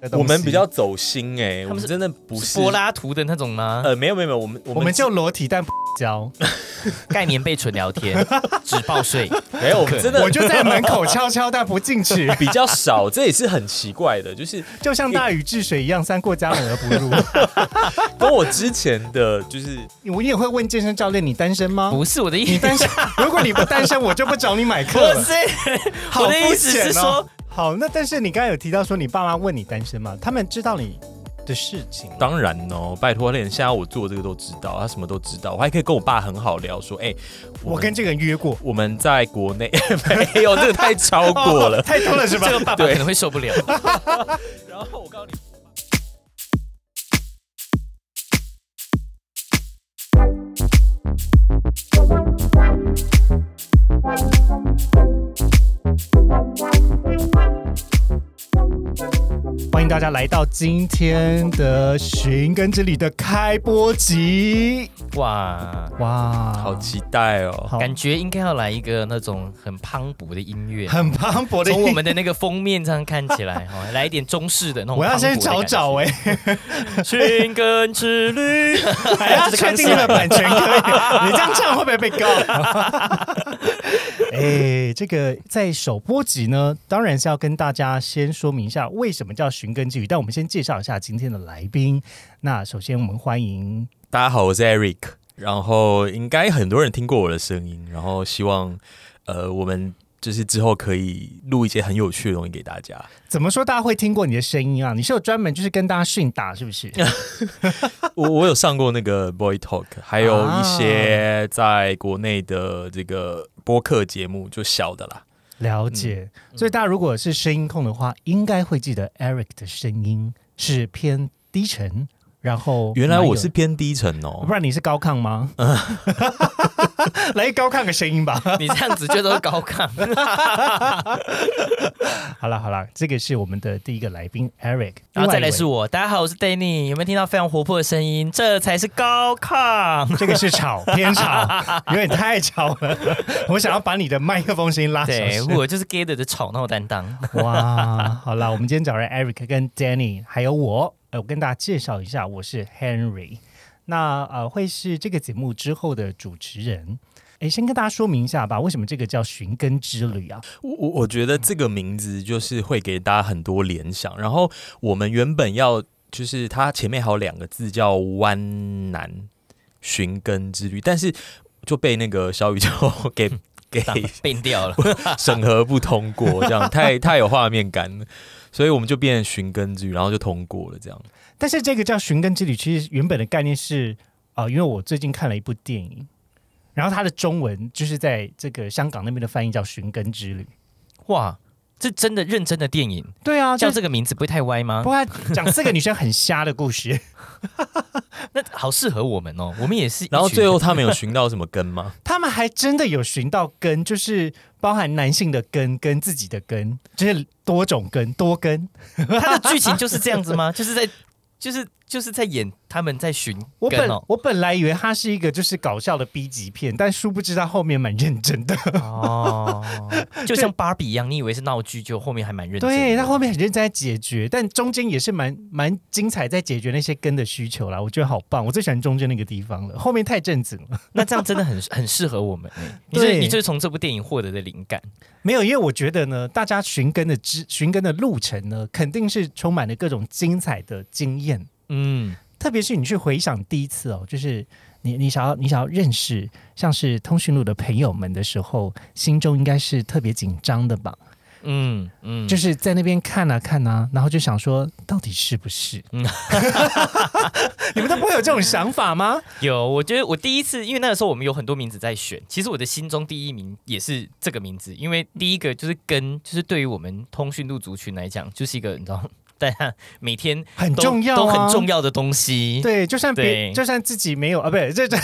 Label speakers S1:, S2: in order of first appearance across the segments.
S1: 的东西
S2: 我们比较走心哎、我
S3: 他们
S2: 们
S3: 是
S2: 真的不是
S3: 柏拉图的那种吗？
S2: 呃，没有没有没有，我们我
S1: 我们就裸体但不交，
S3: 盖棉被纯聊 天，只报税，
S2: 没有，我们真的，
S1: 我就在门口敲敲但不进 去
S2: 比较少， 这也是很奇怪的，就是
S1: 就像大禹治水一样，三过家门而不 入。
S2: 跟我之前的就是
S1: 我也会问健身教练：“你单身吗
S3: 不是我的意思，
S1: 单身？ 如果你不单身，我就不找你买
S3: 不
S1: 课了。”
S3: 是
S1: 好
S3: 我的
S1: 肤
S3: 意思
S1: 浅
S3: 是
S1: 哦
S3: 说，。
S1: 好，那但是你刚才有提到说你爸妈问你单身吗？他们知道你的事情吗，
S2: 当然哦，拜托，连现在我做这个都知道，他什么都知道，我还可以跟我爸很好聊，说，哎、
S1: 我跟这个人约过，
S2: 我们在国内 没有，这个太超过
S1: 哦
S2: 了。
S1: 太多了是吧
S3: 这？个爸爸可能会 受不了。
S2: 然后我告诉你，
S1: 欢迎大家来到今天的《寻根之旅》的开播集，
S3: 哇，
S1: 哇，
S2: 好期待哦！
S1: 好
S3: 感觉应该要来一个那种很磅礴的音乐。
S1: 很磅礴的。
S3: 从我们的那个封面上看起来， 哈，来一点中式的那
S2: 哦
S1: 我
S3: 种。
S1: 要先找找哎、，
S3: 《寻根之旅》
S1: 哎还 要确定了版权可以，你这样唱会不会被 告？哎、这个在首播集呢，当然是要跟大家先说明一下为什么叫寻根之旅，但我们先介绍一下今天的来宾。那首先我们欢迎
S2: 大家好，我是 Eric，然后应该很多人听过我的声音，然后希望呃我们。就是之后可以录一些很有趣的东西给大家，
S1: 怎么说大家会听过你的声音啊？你是有专门就是跟大家训打是不 是？
S2: 我我有上过那个 Boy Talk，还有
S1: 啊
S2: 一些在国内的这个播客节目，就小的啦。嗯
S1: 了解，所以大家如果是声音控的话，应该会记得 Eric 的声音是偏低沉，然后
S2: 原来我是
S1: 蛮
S2: 偏低沉
S1: 有，
S2: 哦
S1: 不，然你是高亢吗？来高亢个声音吧。
S3: 你这样子就都是高亢。
S1: 好了好了，这个是我们的第一个来宾 Eric，
S3: 然后再
S1: 另外
S3: 来
S1: 一位
S3: 是我，大家好，我是 Danny，有没有听到非常活泼的声音？这才是高 亢。
S1: 这个是吵，偏吵，有点太吵了。我想要把你的麦克风声音拉小
S3: 对，
S1: 声。
S3: 我就是 gay 的吵闹担当。
S1: 哇，好了，我们今天找来 Eric 跟 Danny，还有我，呃，我跟大家介绍一下，我是 Henry，那呃会是这个节目之后的主持人。诶，先跟大家说明一下吧，为什么这个叫寻根之旅啊？
S2: 我我我觉得这个名字就是会给大家很多联想。然后我们原本要就是它前面还有两个字叫“湾南寻根之旅”，但是就被那个小宇宙 给给
S3: 变掉了，
S2: 审核不通过，这样太太有画面感了，所以我们就变成寻根之旅，然后就通过了这样。
S1: 但是这个叫寻根之旅，其实原本的概念是啊、呃因为我最近看了一部电影，然后它的中文就是在这个香港那边的翻译叫《寻根之旅》。
S3: 哇！这真的认真的电影，
S1: 对啊，
S3: 叫
S1: 就是
S3: 这个名字不会太歪吗
S1: 不？过它讲四个女生很瞎的故事。
S3: 那好适合我们哦，我们也是一群。
S2: 然后最后他们有寻到什么根吗？
S1: 他们还真的有寻到根，就是包含男性的根跟自己的根，就是多种根、多根。
S3: 他的剧情就是这样子吗？就是在就是就是在演他们在寻
S1: 我
S3: 根
S1: 本、
S3: 哦。
S1: 我本来以为它是一个就是搞笑的 B 级片，但殊不知它后面蛮认真的。
S3: 哦，就像芭比一样，你以为是闹剧，就后面还蛮认真的。
S1: 对，它后面很认真在解决，但中间也是蛮蛮精彩，在解决那些根的需求啦。我觉得好棒，我最喜欢中间那个地方了，后面太正经 了。
S3: 那这样真的很很适合我们欸、你是
S1: 对
S3: 你就是从这部电影获得的灵感。
S1: 没有，因为我觉得呢，大家寻根的之寻根的路程呢，肯定是充满了各种精彩的经验。
S3: 嗯，
S1: 特别是你去回想第一次哦，就是你你想要你想要认识像是通讯录的朋友们的时候，心中应该是特别紧张的吧？
S3: 嗯嗯，
S1: 就是是在那边看啊看啊，然后就想说到底是不是？
S3: 嗯
S1: 你们都不会有这种想法吗？
S3: 有，我觉得我第一次，因为那个时候我们有很多名字在选，其实我的心中第一名也是这个名字，因为第一个就是跟，就是对于我们通讯录族群来讲，就是一个你知道，大家每天
S1: 很
S3: 都
S1: 重要、啊，
S3: 都很重。要的东西，
S1: 对，就算别
S3: 对
S1: 就算自己没有啊，不是这这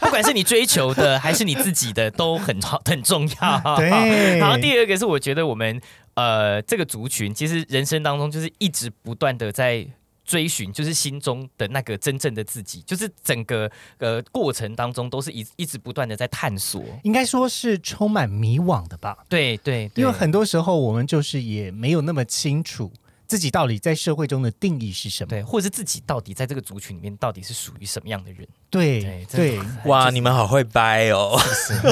S3: 不管是你追求的还是你自己的，都很 好很重要。
S1: 对
S3: 然后第二个是我觉得我们呃这个族群，其实人生当中就是一直不断的在。追寻就是心中的那个真正的自己，就是整个呃过程当中都是一一直不断的在探索。
S1: 应该说是充满迷惘的吧，
S3: 对对对，
S1: 因为很多时候我们就是也没有那么清楚自己到底在社会中的定义是什么？
S3: 对，或者是自己到底在这个族群里面到底是属于什么样的人？
S1: 对
S3: 对
S1: 对
S3: 真的，很
S2: 哇，
S3: 哎就是
S2: 你们好会掰哦！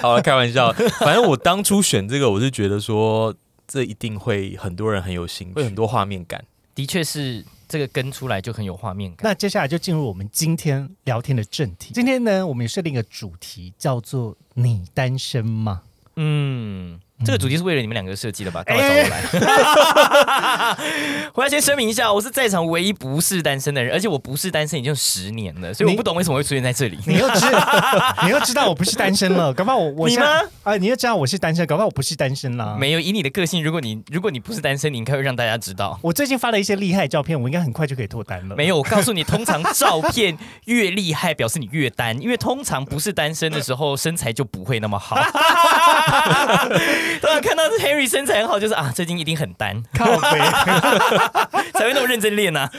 S2: 好了，开玩 笑。反正我当初选这个，我是觉得说这一定会很多人很有兴趣，会很多画面感。
S3: 的确是这个跟出来就很有画面感。
S1: 那接下来就进入我们今天聊天的正题。今天呢，我们也设定一个主题，叫做“你单身吗
S3: 嗯，这个主题是为了你们两个设计的吧？干嘛找我来？ 我要先声明一下，我是在场唯一不是单身的人，而且我不是单身已经有十年了，所以我
S1: 你
S3: 不懂为什么会出现在这里”？。
S1: 你又知， 你又知道我不是单身了，搞不好我我
S3: 你
S1: 现
S3: 吗
S1: 在啊、你又知道我是单身，搞不好我不是单身啦。
S3: 没有，以你的个性，如果你如果你不是单身，你应该会让大家知道。
S1: 我最近发了一些厉害的照片，我应该很快就可以脱单了。
S3: 没有，我告诉你，通常照片越厉害，表示你越单，因为通常不是单身的时候，身材就不会那么好。 通常看到 Harry 身材很好，就是啊，最近一定很单，
S1: 靠背，
S3: 才会那么认真练啊。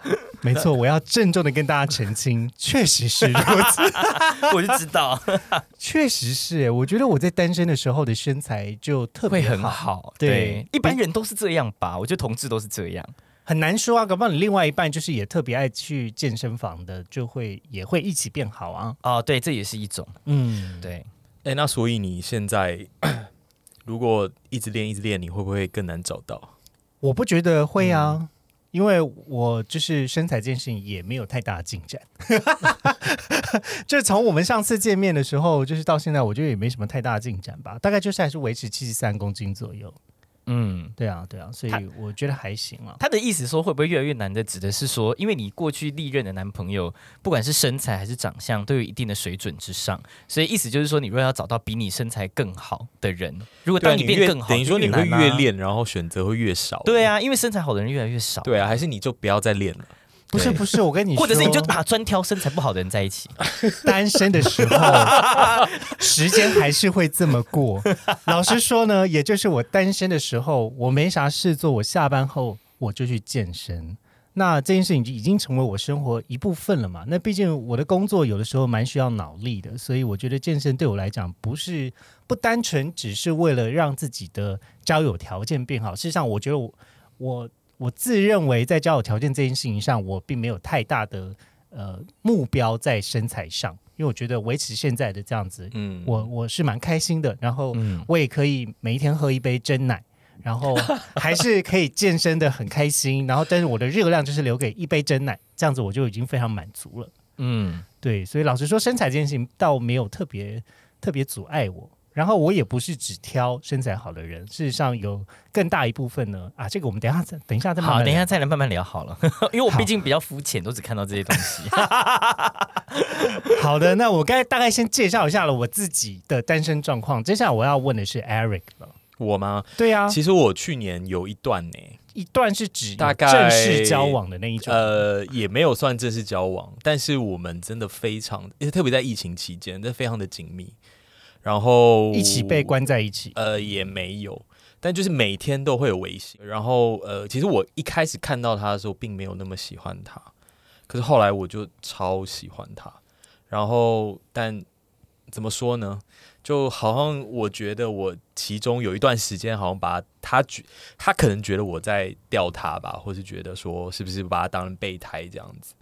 S1: 没错，我要郑重的跟大家澄清，确实是 如此，
S3: 我就知道
S1: 确实是。我觉得我在单身的时候的身材就特别
S3: 会很好，
S1: 对
S3: 对，一般人都是这样吧？我觉得同志都是这样，
S1: 很难说啊，搞不好你另外一半就是也特别爱去健身房的，就会也会一起变好啊。
S3: 哦，对，这也是一种，
S1: 嗯，
S3: 对，
S2: 哎、那所以你现在 如果一直练一直练，你会不会更难找到？
S1: 我不觉得会啊，
S3: 嗯
S1: 因为我就是身材这件事情也没有太大的进展。 就是从我们上次见面的时候，就是到现在，我觉得也没什么太大的进展吧，大概就是还是维持七十三公斤左右。
S3: 嗯。
S1: 对啊，对啊，所以
S3: 他
S1: 我觉得还行啊。
S3: 他的意思说会不会越来越难的，指的是说，因为你过去历任的男朋友，不管是身材还是长相，都有一定的水准之上，所以意思就是说，你如果要找到比你身材更好的人，如果
S2: 对啊，
S3: 当
S2: 你
S3: 变
S2: 越
S3: 更好，
S2: 等于说你会
S3: 就难啊
S2: 越，练，然后选择会越少。
S3: 对，啊，因为身材好的人越来越少，
S2: 对啊，还是你就不要再练了。
S1: 不是
S3: 对
S1: 不是，我跟你说，
S3: 或者是你就打专挑身材不好的人在一起，
S1: 单身的时候，时间还是会这么过。老实说呢，也就是我单身的时候，我没啥事做，我下班后我就去健身。那这件事情就已经成为我生活一部分了嘛？那毕竟我的工作有的时候蛮需要脑力的，所以我觉得健身对我来讲不是不单纯只是为了让自己的交友条件变好。事实上，我觉得我我我自认为在交友条件这件事情上，我并没有太大的呃目标在身材上，因为我觉得维持现在的这样子，
S2: 嗯，
S1: 我我是蛮开心的。然后
S3: 嗯，
S1: 我也可以每一天喝一杯真奶，然 后还是可以健身的很开心。然后，但是我的热量就是留给一杯真奶，这样子我就已经非常满足了。
S3: 嗯，
S1: 对，所以老实说，身材这件事情倒没有特别特别阻碍我。然后我也不是只挑身材好的人，事实上有更大一部分呢啊，这个我们等一下再等一下再慢慢
S3: 好，
S1: 聊
S3: 等一下再来慢慢聊好了， 因为我毕竟比较肤浅，都只看到这些东西。
S1: 好的，那我该大概先介绍一下了我自己的单身状况。接下来我要问的是 Eric 了。
S2: 我吗？
S1: 对啊，
S2: 其实我去年有一段呢、
S1: 一段是指有
S2: 大概
S1: 正式交往的那一种。
S2: 呃，也没有算正式交往，但是我们真的非常，特别在疫情期间，这非常的紧密。然后
S1: 一起被关在一起，
S2: 呃，也没有，但就是每天都会有微信。然后呃，其实我一开始看到他的时候，并没有那么喜欢他，可是后来我就超喜欢他。然后，但怎么说呢？就好像我觉得我其中有一段时间，好像把他觉他可能觉得我在钓他吧，或是觉得说是不是把他当成备胎这样子。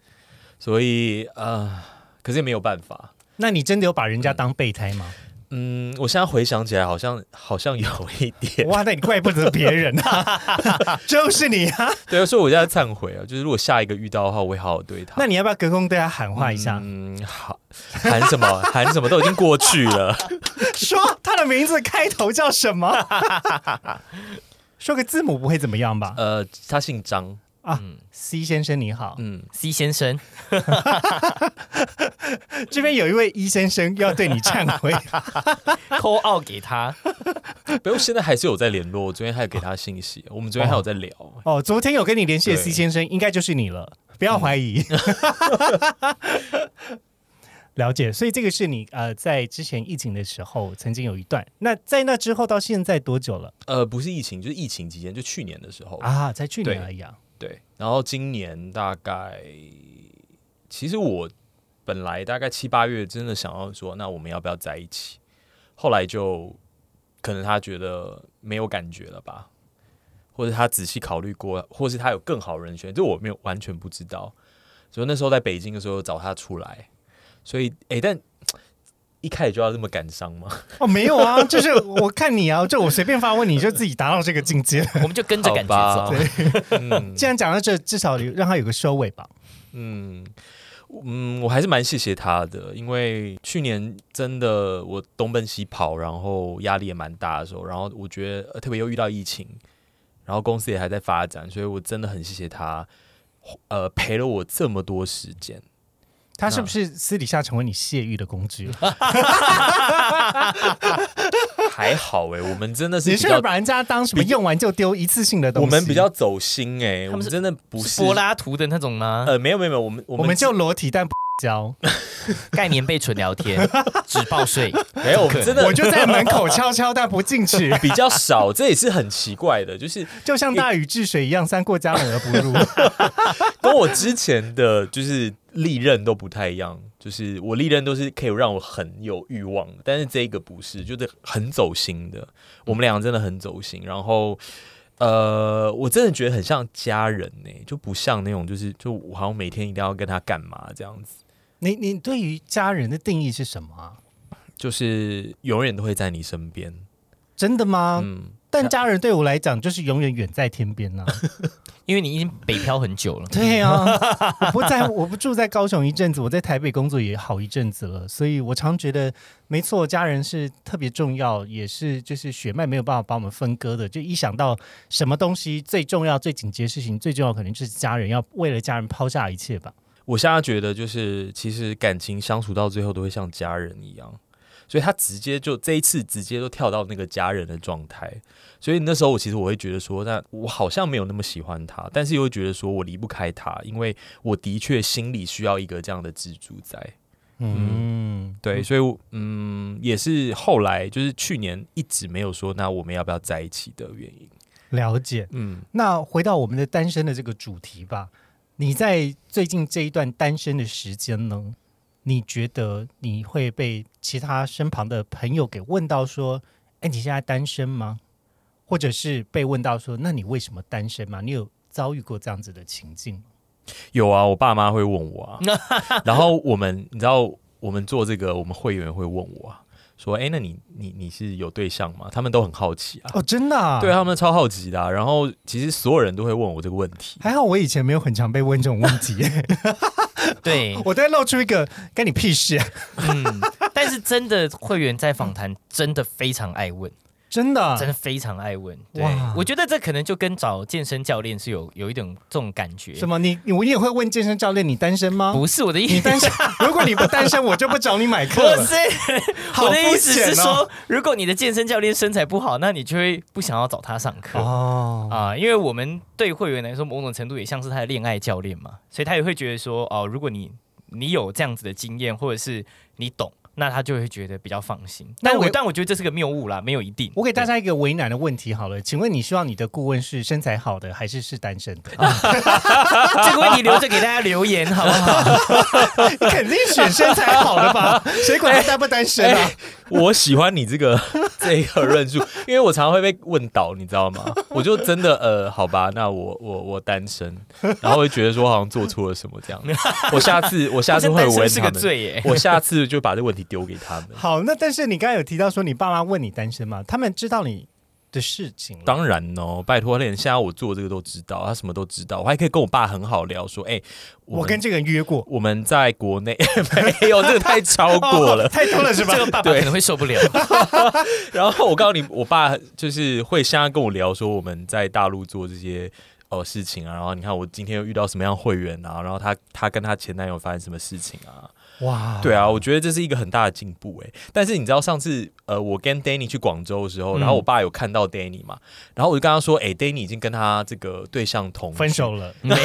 S2: 所以呃，可是也没有办法。
S1: 那你真的有把人家当备胎吗？
S2: 嗯，我现在回想起来，好像好像有一点。
S1: 哇，那你怪不得别人啊， 就是你啊。
S2: 对啊，所以我现在忏悔啊，就是如果下一个遇到的话，我会好好对他。
S1: 那你要不要隔空对他喊话一下？
S2: 嗯，好，喊什么 喊什么都已经过去了。
S1: 说他的名字开头叫什么？ 说个字母不会怎么样吧
S2: 呃，他姓张，
S1: ？C 先生你好，
S2: 嗯，
S3: C 先生，
S1: 这边有一位 E 先生要对你忏悔。
S3: 扣 out 给他，
S2: 不过现在还是有在联络。我昨天还有给他信息，我们昨天还有在聊。
S1: 哦，昨天有跟你联系的
S2: 对
S1: C 先生，应该就是你了，不要怀 疑。了解，所以这个是你呃，在之前疫情的时候曾经有一段，那在那之后到现在多久了
S2: 呃，不是疫情，就是疫情期间，就去年的时候。
S1: 啊？才去年
S2: 对
S1: 而已啊。
S2: 对，然后今年大概，其实我本来大概七八月真的想要说，那我们要不要在一起？后来就可能他觉得没有感觉了吧，或者他仔细考虑过，或是他有更好人选，这我没有完全不知道。所以那时候在北京的时候找他出来，所以诶，但一开始就要这么感伤 吗？
S1: 哦，没有啊，就是我看你啊，就我随便发问你就自己达到这个境界。
S3: 我们就跟着感觉
S2: 好
S3: 走
S2: 吧。 嗯
S1: 既然讲到这，至少有让他有个收尾吧。
S2: 嗯嗯，我还是蛮谢谢他的，因为去年真的我东奔西跑，然后压力也蛮大的时候，然后我觉得呃特别又遇到疫情，然后公司也还在发展，所以我真的很谢谢他，呃，陪了我这么多时间。
S1: 他是不是私底下成为你泄欲的工 具了？
S2: 还好哎、我们真的是
S1: 你
S2: 比
S1: 是不是
S2: 较，
S1: 把人家当什么用完就丢一次性的东
S2: 我
S1: 西？
S2: 们比较走心哎、我
S3: 他们
S2: 们
S3: 是
S2: 真的不
S3: 是
S2: 是
S3: 柏拉图的那种吗？
S2: 呃，没有没有没有，我们我
S1: 我
S2: 们
S1: 们就裸体但不交，
S3: 盖棉被纯聊 天，只报税，
S2: 没有，我们真的
S1: 我就在门口敲敲但不进去，
S2: 比较少，这也是很奇怪的，就是
S1: 就像大禹治水一样，三过家门而不入。
S2: 跟我之前的就是历任都不太一样，就是我历任都是可以让我很有欲望的，但是这个不是，就是很走心的。我们两个真的很走心，然后呃，我真的觉得很像家人呢、就不像那种就是就我好像每天一定要跟他干嘛这样子，
S1: 你你对于家人的定义是什么啊？
S2: 就是永远都会在你身边。
S1: 真的吗？
S2: 嗯，
S1: 但家人对我来讲就是永远远在天边呐、
S3: 因为你已经北漂很久了。
S1: 对啊，我不在，我不住在高雄一阵子，我在台北工作也好一阵子了，所以我常觉得，没错，家人是特别重要，也是就是血脉没有办法把我们分割的。就一想到什么东西最重要、最紧急的事情，最重要可能就是家人，要为了家人抛下一切吧。
S2: 我现在觉得就是其实感情相处到最后都会像家人一样，所以他直接就这一次直接就跳到那个家人的状态，所以那时候我其实我会觉得说，那我好像没有那么喜欢他，但是又会觉得说我离不开他，因为我的确心里需要一个这样的支柱在。
S1: 嗯，
S2: 对，所以我嗯，也是后来就是去年一直没有说那我们要不要在一起的原因。
S1: 了解。
S2: 嗯，
S1: 那回到我们的单身的这个主题吧，你在最近这一段单身的时间呢，你觉得你会被其他身旁的朋友给问到说：“哎，你现在单身吗？”或者是被问到说：“那你为什么单身吗？”你有遭遇过这样子的情境吗？
S2: 有啊，我爸妈会问我 啊，然后我们你知道我们做这个，我们会员会问我啊，说，哎、那你你你是有对象吗？他们都很好奇啊，
S1: 哦，真的、啊
S2: 对，他们超好奇的啊、然后其实所有人都会问我这个问 题，
S3: 哎
S1: 还好我以前没有很常被问这种问 题，
S3: 对，
S1: 我都会露出一个“干你屁事啊
S3: 嗯，但是真的会员在访谈真的非常爱问，”，
S1: 真的啊，
S3: 真的非常爱问。对
S1: 哇，
S3: 我觉得这可能就跟找健身教练是有有一种这种感觉。
S1: 什么？你你也会问健身教练你单身吗？
S3: 不是我的意
S1: 你
S3: 思，
S1: 单身？ 如果你不单身，我就不找你买
S3: 不
S1: 课了。
S3: 是
S1: 好
S3: 我的意
S1: 肤
S3: 思
S1: 浅
S3: 是
S1: 哦
S3: 说，如果你的健身教练身材不好，那你就会不想要找他上课。
S1: 哦，
S3: 啊、因为我们对会员来说，某种程度也像是他的恋爱教练嘛，所以他也会觉得说，哦、如果你你有这样子的经验，或者是你懂，那他就会觉得比较放心。
S1: 那
S3: 但
S1: 我
S3: 我但我觉得这是个谬误啦，没有一定。
S1: 我给大家一个为难的问题好了，请问你希望你的顾问是身材好的，还是是单身的？
S3: 对啊这个问题留着给大家留言，好 不好？
S1: 你肯定选身材好的 吧？谁管他单不单身
S3: 哎
S1: 啊？
S2: 我喜欢你这个 这个论述，因为我常常会被问倒，你知道吗？我就真的呃，好吧，那我我我单身，然后会觉得说好像做错了什么这样，我下次我下次
S3: 这
S2: 会
S3: 单身
S2: 问
S3: 是
S2: 他
S3: 个
S2: 们，
S3: 罪耶。
S2: 我下次就把这个问题丢给他们。
S1: 好，那但是你刚才有提到说你爸妈问你单身嘛，他们知道你的事情了。
S2: 当然哦，拜托，连现在我做这个都知道，他什么都知道，我还可以跟我爸很好聊，说，哎、
S1: 我
S2: 们
S1: 跟这个人约过，
S2: 我们在国内 没有，这个太超过了。
S1: 哦太多了是吧
S3: 这？个爸爸
S2: 对
S3: 可能会受 不了，
S2: 然后我告诉你，我爸就是会现在跟我聊说我们在大陆做这些呃事情啊，然后你看我今天又遇到什么样的会员啊，然后他他跟他前男友发生什么事情啊，
S1: 哇，
S2: 对啊，我觉得这是一个很大的进步诶。但是你知道上次呃，我跟 Danny 去广州的时候，
S3: 嗯
S2: 然后我爸有看到 Danny 嘛，然后我就跟他说，哎、d a n n y 已经跟他这个对象同居
S1: 分手了。
S3: 没有，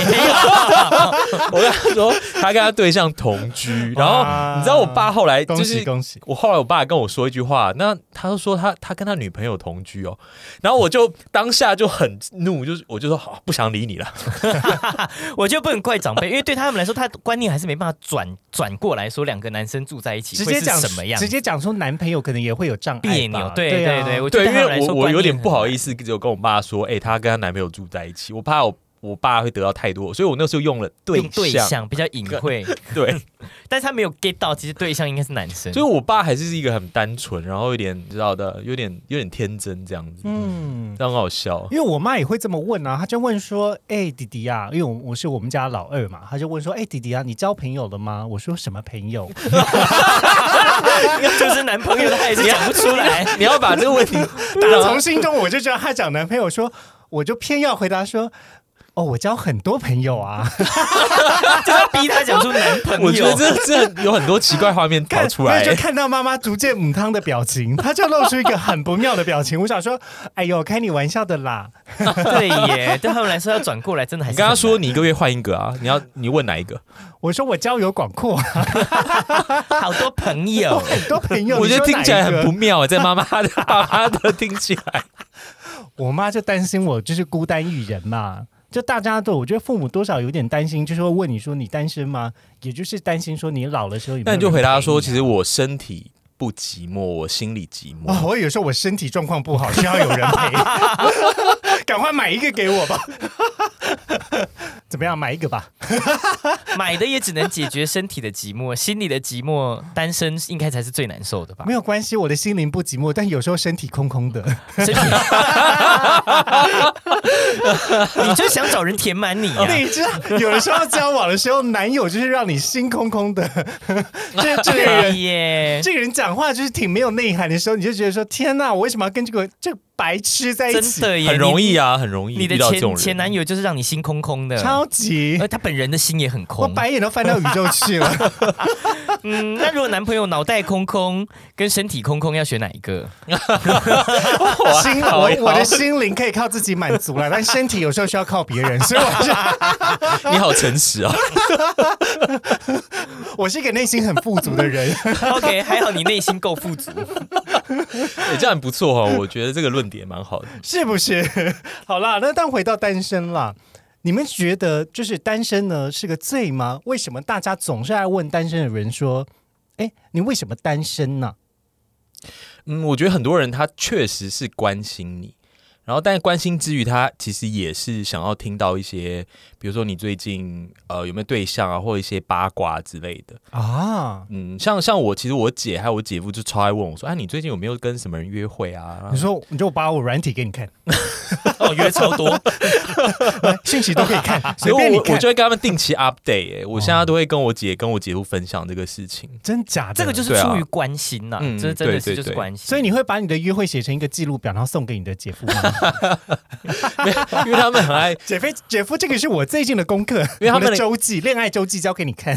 S2: 我跟他说，他跟他对象同居， 然后你知道我爸后
S3: 哎
S2: 来就
S1: 恭喜
S2: 是。
S1: 恭喜！
S2: 我后来，我爸跟我说一句话，那他就说他他跟他女朋友同居哦，然后我就当下就很怒，就是我就说好、不想理你了。
S3: 我觉得不能怪长辈，因为对他们来说，他的观念还是没办法转转过来说，两个男生住在一起
S1: 直
S3: 会
S1: 接
S3: 是
S1: 讲
S3: 什么样
S1: 直接讲出男朋友可能也会有障碍吧
S3: 别扭。对
S1: 对
S3: 对
S1: 啊
S3: 对，我觉
S2: 对，
S3: 得
S2: 因
S3: 对他们来
S2: 为
S3: 说
S2: 我我有点不好
S3: 思。
S2: 意思，只有跟我爸说，哎、她跟她男朋友住在一起，我怕我我爸会得到太多，所以我那时候用了对
S3: 用对
S2: 象，
S3: 象比较隐晦，
S2: 对，
S3: 但是他没有 get 到，其实对象应该是男生。
S2: 所以我爸还是一个很单纯，然后有点你知道的，有点有点天真这样子，
S1: 嗯，
S2: 这样很好笑。
S1: 因为我妈也会这么问啊，她就问说：“哎、弟弟啊，因为我我是我们家老二嘛，她就问说：‘哎、弟弟啊，你交朋友了吗？’我说：‘什么朋友？’
S3: 就是男朋友，他也是讲不出来。
S2: 你要把这个问题
S1: 打从心中我就知道她讲男朋友说，我就偏要回答说：‘哦，我交很多朋友啊。’
S3: 就是要逼他讲出男朋友。
S2: 我觉得这这有很多奇怪画面跑出
S1: 我
S2: 来
S1: 也，就看到妈妈逐渐母汤的表情，她就露出一个很不妙的表情。我想说，哎呦，开你玩笑的啦。
S3: 对耶，对他们来说要转过来真的还
S2: 你
S3: 是
S2: 跟他
S3: 很
S2: 说你一个月换一个啊，你要你问哪一个？
S1: 我说我交友广阔，
S2: 哎
S3: 难好多朋
S1: 我
S3: 友，
S1: 很多朋友。
S2: 我觉得
S1: 你
S2: 听
S1: 说
S2: 起来
S1: 哪一
S2: 很
S1: 个
S2: 不妙、欸在妈 妈的爸妈的听起来，
S1: 我妈就担心我就是孤单一人嘛。就大家都，我觉得父母多少有点担心，就是会问你说你单身吗？也就是担心说你老的时候有没有
S2: 那
S1: 人
S2: 你就回答说，
S1: 陪
S2: 其
S1: 你啊
S2: 实我身体不寂寞，我心里寂寞。
S1: 哦，我有时候我身体状况不好，需要有人陪， 赶快买一个给我吧。怎么样，买一个吧？
S3: 买的也只能解决身体的寂寞，心里的寂寞，单身应该才是最难受的吧
S1: 没？有关系，我的心灵不寂寞，但有时候身体空空的。
S3: 身体，你就想找人填满你、
S2: 哦
S3: 啊。
S1: 你知道，有的时候交往的时候，男友就是让你心空空 的。这这个人，
S3: 耶，
S1: 这个人讲话就是挺没有内涵的时候，你就觉得说：天哪，我为什么要跟这个这个白痴在一
S3: 真
S1: 起？
S3: 的耶，
S2: 很容易啊，很容易
S3: 你。你的
S2: 遇到这种
S3: 前
S2: 人。
S3: 前男友就是让你心空空的，
S1: 超级
S3: 而，他本人的心也很
S1: 我
S3: 空。
S1: 白眼都翻到宇宙去 了。
S3: 嗯，那如果男朋友脑袋空 空跟身体空空，要选哪一个？
S1: 心，
S2: 好
S1: 我
S2: 哎好
S1: 我的心灵可以靠自己满足了，但身体有时候需要靠别人，所以我是
S2: 你好诚实 啊！
S1: 我是一个内心很富足的人。
S3: OK，还 好你内心够富足。
S2: 对，这样很不错哦，我觉得这个论点蛮好的。
S1: 是 不是？好啦，那但回到单身啦，你们觉得就是单身呢是个罪吗？为什么大家总是爱问单身的人说：“哎，你为什么单身呢、
S2: 嗯，我觉得很多人他确实是关心你，然后但关心之余，他其实也是想要听到一些，比如说你最近呃有没有对象啊，或一些八卦之类的。
S1: 啊？
S2: 嗯，像像我其实我姐还有我姐夫就超爱问我说，哎、你最近有没有跟什么人约会啊
S1: 你？说，你就把我软体给你看，
S3: 哦，约超多，
S1: 来 讯息都可以看，
S2: 所
S1: 随
S2: 以
S1: 便
S2: 我
S1: 你
S2: 我
S1: 看。哦
S2: 就会跟他们定期 update，、欸、我现在都会跟我姐跟我姐夫分享这个事情。
S1: 真假的？
S3: 这个就是
S2: 对啊
S3: 出于关心呐、
S2: 嗯
S3: 这、真的是
S2: 对对
S3: 就是
S2: 对
S3: 关心。
S1: 所以你会把你的约会写成一个记录表，然后送给你的姐夫吗？
S2: 因为他们很爱，
S1: 姐夫，姐夫，这个是我最近的功 课，
S2: 因为他们
S1: 我的周记、恋爱周记交给你 看。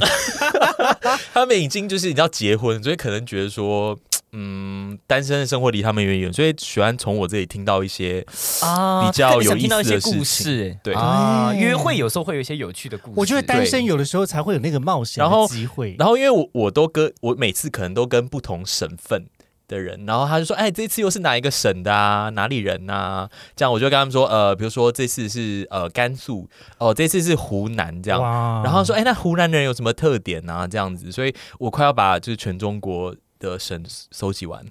S2: 他们已经就是你知道结婚，所以可能觉得说，嗯，单身的生活离他们远远，所以喜欢从我这里听到一些
S3: 啊
S2: 比较
S3: 可能想
S2: 有意
S3: 听到一
S2: 思
S3: 些
S2: 的
S3: 故
S2: 事
S3: 事，哎
S2: 对
S3: 啊，
S1: 对
S3: 约会有时候会有一些有趣的故事。
S1: 我觉得单身
S2: 对
S1: 有的时候才会有那个冒险
S2: 然后
S1: 的机会。
S2: 然后因为我我都跟我每次可能都跟不同省份的人，然后他就说，哎，这次又是哪一个省的啊？哪里人啊？这样我就跟他们说，呃，比如说这次是呃甘肃，哦、这次是湖南这样。
S1: 哇
S2: 然后说，哎，那湖南人有什么特点啊？这样子，所以我快要把就是全中国的省搜集完。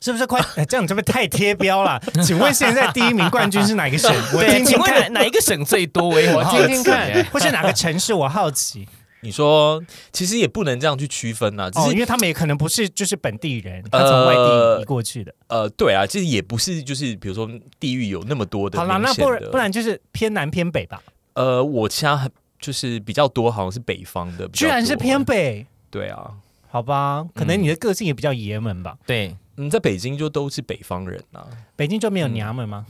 S1: 是不是快？ 哎这样这不太贴标 了？请问现在第一名冠军是哪个 省？我
S3: 对，
S1: 听
S3: 请
S1: 听
S3: 问哪
S1: 看，
S3: 哪一个省最多？我也
S1: 我
S3: 很好
S1: 听听
S3: 奇
S1: 看
S3: 哎，
S1: 或是哪个城市？我好 奇
S2: 你说，其实也不能这样去区分啊，只
S1: 哦，
S2: 是
S1: 因为他们也可能不是就是本地人，他从外地移过去的。
S2: 呃，对啊，其实也不是，就是比如说地域有那么多的
S1: 好啦，
S2: 明
S1: 那
S2: 显
S1: 不然
S2: 的
S1: 不然就是偏南偏北吧？
S2: 呃，我家很就是比较多，好像是北方的，比较
S1: 居然是
S2: 多
S1: 偏北，
S2: 对啊，
S1: 好吧？可能你的个性也比较爷们吧？
S3: 对，
S2: 嗯，在北京就都是北方人 啊，
S1: 北京就没有娘们吗？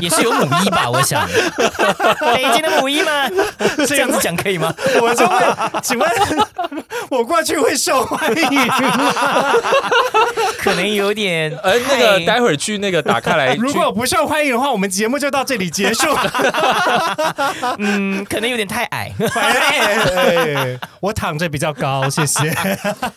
S3: 也是有母一吧？我想，北京的母一 吗？这样子讲可以吗？
S1: 我就问，请问我过去会受欢迎吗？
S3: 可能有点太，
S2: 呃，那个待会儿去那个 打开来去，
S1: 如果不受欢迎的话，我们节目就到这里结束。
S3: 嗯，可能有点太矮。
S1: 哎我躺着比较高，谢谢。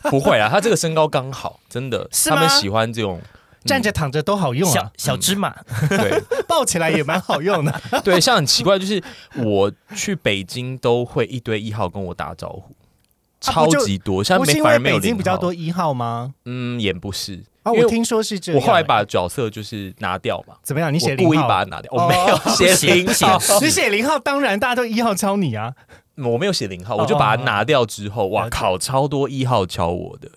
S2: 不会啊，他这个身高刚好，真的，
S3: 是
S2: 他们
S3: 吗
S2: 喜欢这种。
S1: 站着躺着都好用
S3: 小
S1: 啊，
S3: 小芝麻，
S2: 对
S1: 抱起来也蛮好用的。
S2: 对，像很奇怪，就是我去北京都会一堆一号跟我打招呼，
S1: 啊
S2: 超
S1: 不就
S2: 级多，现在
S1: 不是
S2: 没
S1: 因
S2: 反
S1: 为
S2: 而没有
S1: 北京
S2: 零
S1: 比较
S2: 号
S1: 多，一号吗？
S2: 嗯，也不是
S1: 啊，
S2: 因为
S1: 我听说是这样。
S2: 我后来把角色就是拿掉嘛，
S1: 怎么样？你
S2: 你
S1: 写
S2: 我
S1: 零号，
S2: 故意把它拿掉，
S1: 哦
S2: 我没有写零号，
S1: 你写零号，当然大家都一号敲你啊。
S2: 我没有写零号，
S1: 哦
S2: 我就把它拿掉之后，
S1: 了
S2: 哇
S1: 解
S2: 靠，超多一号敲我的，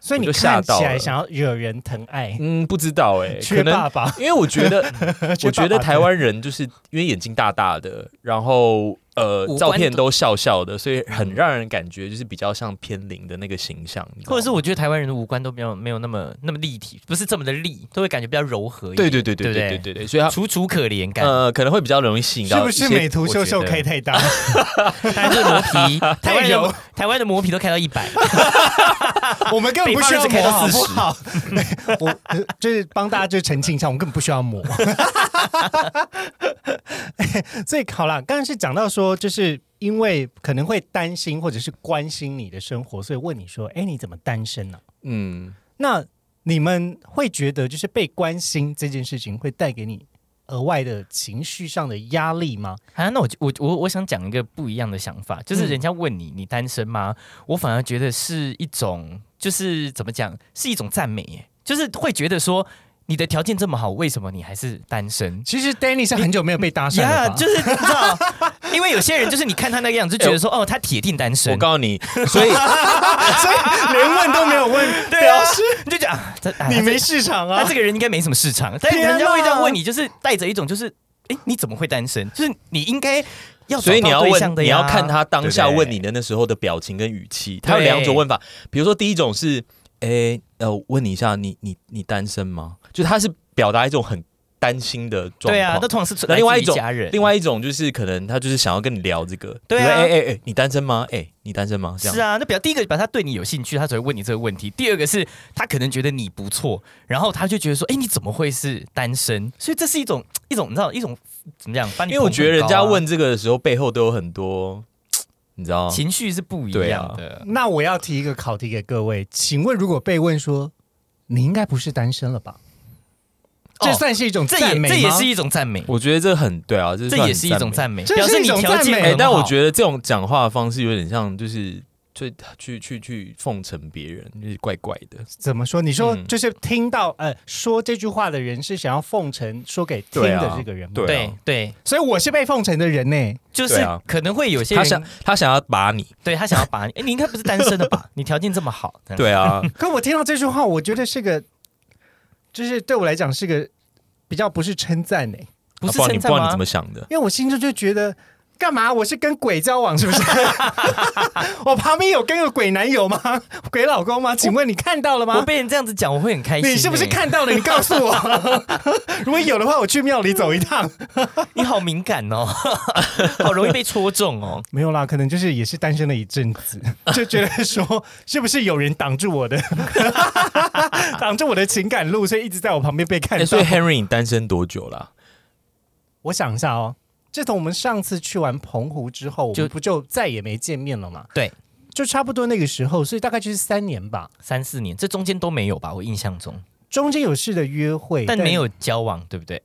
S1: 所以你
S2: 我就吓
S1: 看起
S2: 到
S1: 来
S2: 了
S1: 想要惹人疼爱，
S2: 嗯，不知道 哎，可
S1: 缺爸
S2: 能
S1: 爸。
S2: 因为我觉得，
S1: 缺爸
S2: 我觉
S1: 爸
S2: 得台湾人就是因为眼睛大大的，然后呃
S3: 五官
S2: 照片都笑笑的，所以很让人感觉就是比较像偏零的那个形象，你知道吗
S3: 或者是我觉得台湾人的五官都没有没有那么那么立体，不是这么的立，都会感觉比较柔和一
S2: 对
S3: 点。
S2: 对对对
S3: 对
S2: 对对
S3: 不
S2: 对对，所以他
S3: 楚楚可怜
S1: 嗯
S3: 感，
S2: 呃可能会比较容易吸引
S1: 是
S2: 到
S1: 不
S2: 一些，
S1: 是美图
S2: 我
S1: 秀
S2: 觉
S1: 秀
S2: 得
S1: 开太大？
S3: 但是磨 皮，台湾
S1: 柔
S3: 人台湾的磨皮都开到一百，
S1: 我们根本不需要
S3: 北
S1: 磨，
S3: 方
S1: 好
S3: 人只
S1: 不好？对 我呃就是帮大家就澄清一下，我们根本不需要磨。 所以好啦，刚刚是讲到说，就是因为可能会担心或者是关心你的生活，所以问你说，哎，你怎么单身呢、
S2: 嗯。
S1: 那你们会觉得就是被关心这件事情会带给你额外的情绪上的压力吗？
S3: 啊，那我就我我我想讲一个不一样的想法，
S1: 嗯
S3: 就是人家问你你单身吗？我反而觉得是一种，就是怎么讲，是一种赞美耶，就是会觉得说你的条件这么好，为什么你还是单身？
S1: 其实 Danny 是很久没有被搭讪了吧
S3: 就是你知道，因为有些人就是你看他那个样子，就觉得说、哦，他铁定单身
S2: 我，告诉你，所以
S1: 所以连问都没有问，
S3: 对啊
S1: 表示
S3: 你就讲、啊、这、啊、
S1: 你没市场
S3: 他
S1: 啊
S3: 这。个人应该没什么市场，但
S1: 天啊
S3: 人家会这
S1: 哪
S3: 样问你，就是带着一种就是，哎、你怎么会单身？就是你应该要
S2: 所以你
S3: 找
S2: 要
S3: 到对象
S2: 问，
S3: 的
S2: 你
S3: 呀
S2: 要看他当下
S3: 对不对
S2: 问你的那时候的表情跟语气，他有两种问法。比如说，第一种是，诶，呃，问你一下，你你你单身吗？就他是表达一种很担心的状况。
S3: 对啊，那通常是
S2: 那另外一
S3: 来自于
S2: 种
S3: 家人，
S2: 另外一种就是可能他就是想要跟你聊这个，
S3: 对啊
S2: 哎哎哎，你单身吗？哎、你单身吗？这样
S3: 是啊，那表第一个表示他对你有兴趣，他才会问你这个问题；第二个是他可能觉得你不错，然后他就觉得说，哎、你怎么会是单身？所以这是一种一种你知道一种怎么讲？把你
S2: 因为我
S3: 捧
S2: 觉得
S3: 很
S2: 人家
S3: 高啊
S2: 问这个的时候，背后都有很多，你知道，
S3: 情绪是不一
S2: 对
S3: 样
S2: 啊
S3: 的。
S1: 那我要提一个考题给各位，请问如果被问说你应该不是单身了吧？
S3: 哦
S1: 这算是一种
S3: 这
S1: 赞
S3: 也
S1: 美
S3: 这也
S1: 吗
S3: 是一种赞美，
S2: 我觉得这很对啊，这
S3: 这也是一种
S2: 美
S3: 赞美，
S1: 这
S3: 表
S1: 是
S3: 示
S1: 一
S3: 你
S1: 种
S3: 条
S1: 赞
S3: 件
S1: 美
S2: 哎、
S3: 很
S2: 但我
S3: 好
S2: 觉得这种讲话的方式有点像，就是就去去去奉承别人，就是怪怪的。
S1: 怎么说？你说
S2: 嗯
S1: 就是听到、呃说这句话的人是想要奉承说给听
S2: 对啊
S1: 的这个人吗？
S2: 对啊
S3: 对对，
S1: 所以我是被奉承的人呢、
S3: 就是
S2: 对啊
S3: 可能会有些
S2: 他
S3: 人
S2: 想他想要把你，
S3: 对他想要把你，哎，你应该不是单身 的吧？你条件这么好，这样，
S2: 对啊，
S1: 可我听到这句话，我觉得是个，就是对我来讲是个比较不是称赞呢、
S3: 不是
S2: 啊然你不
S3: 称赞
S2: 知道你
S3: 吗
S2: 怎？么想的。
S1: 因为我心中就觉得。干嘛？我是跟鬼交往是 不是？我旁边有跟个鬼男友吗？鬼老公吗？请问你看到了吗
S3: 我？被人这样子讲，我会很开心。
S1: 你是不是？看到了？你告诉 我，如果有的话，我去庙里走一趟。
S3: 你好敏感 哦，好容易被戳中哦。
S1: 没有啦，可能就是也是单身了一阵 子，就觉得说是不是有人挡住我的， 挡住我的情感路，所以一直在我旁边被看
S2: 哎、
S1: 到。
S2: 所以 Henry 你单身多久啦、
S1: 我想一下哦，自从我们上次去完澎湖之后，我
S3: 就
S1: 们不就再也没见面了嘛？
S3: 对，
S1: 就差不多那个时候，所以大概就是三年吧。
S3: 三四年，这中间都没有吧？我印象中，
S1: 中间有试的约会，
S3: 但没有交往，对不对？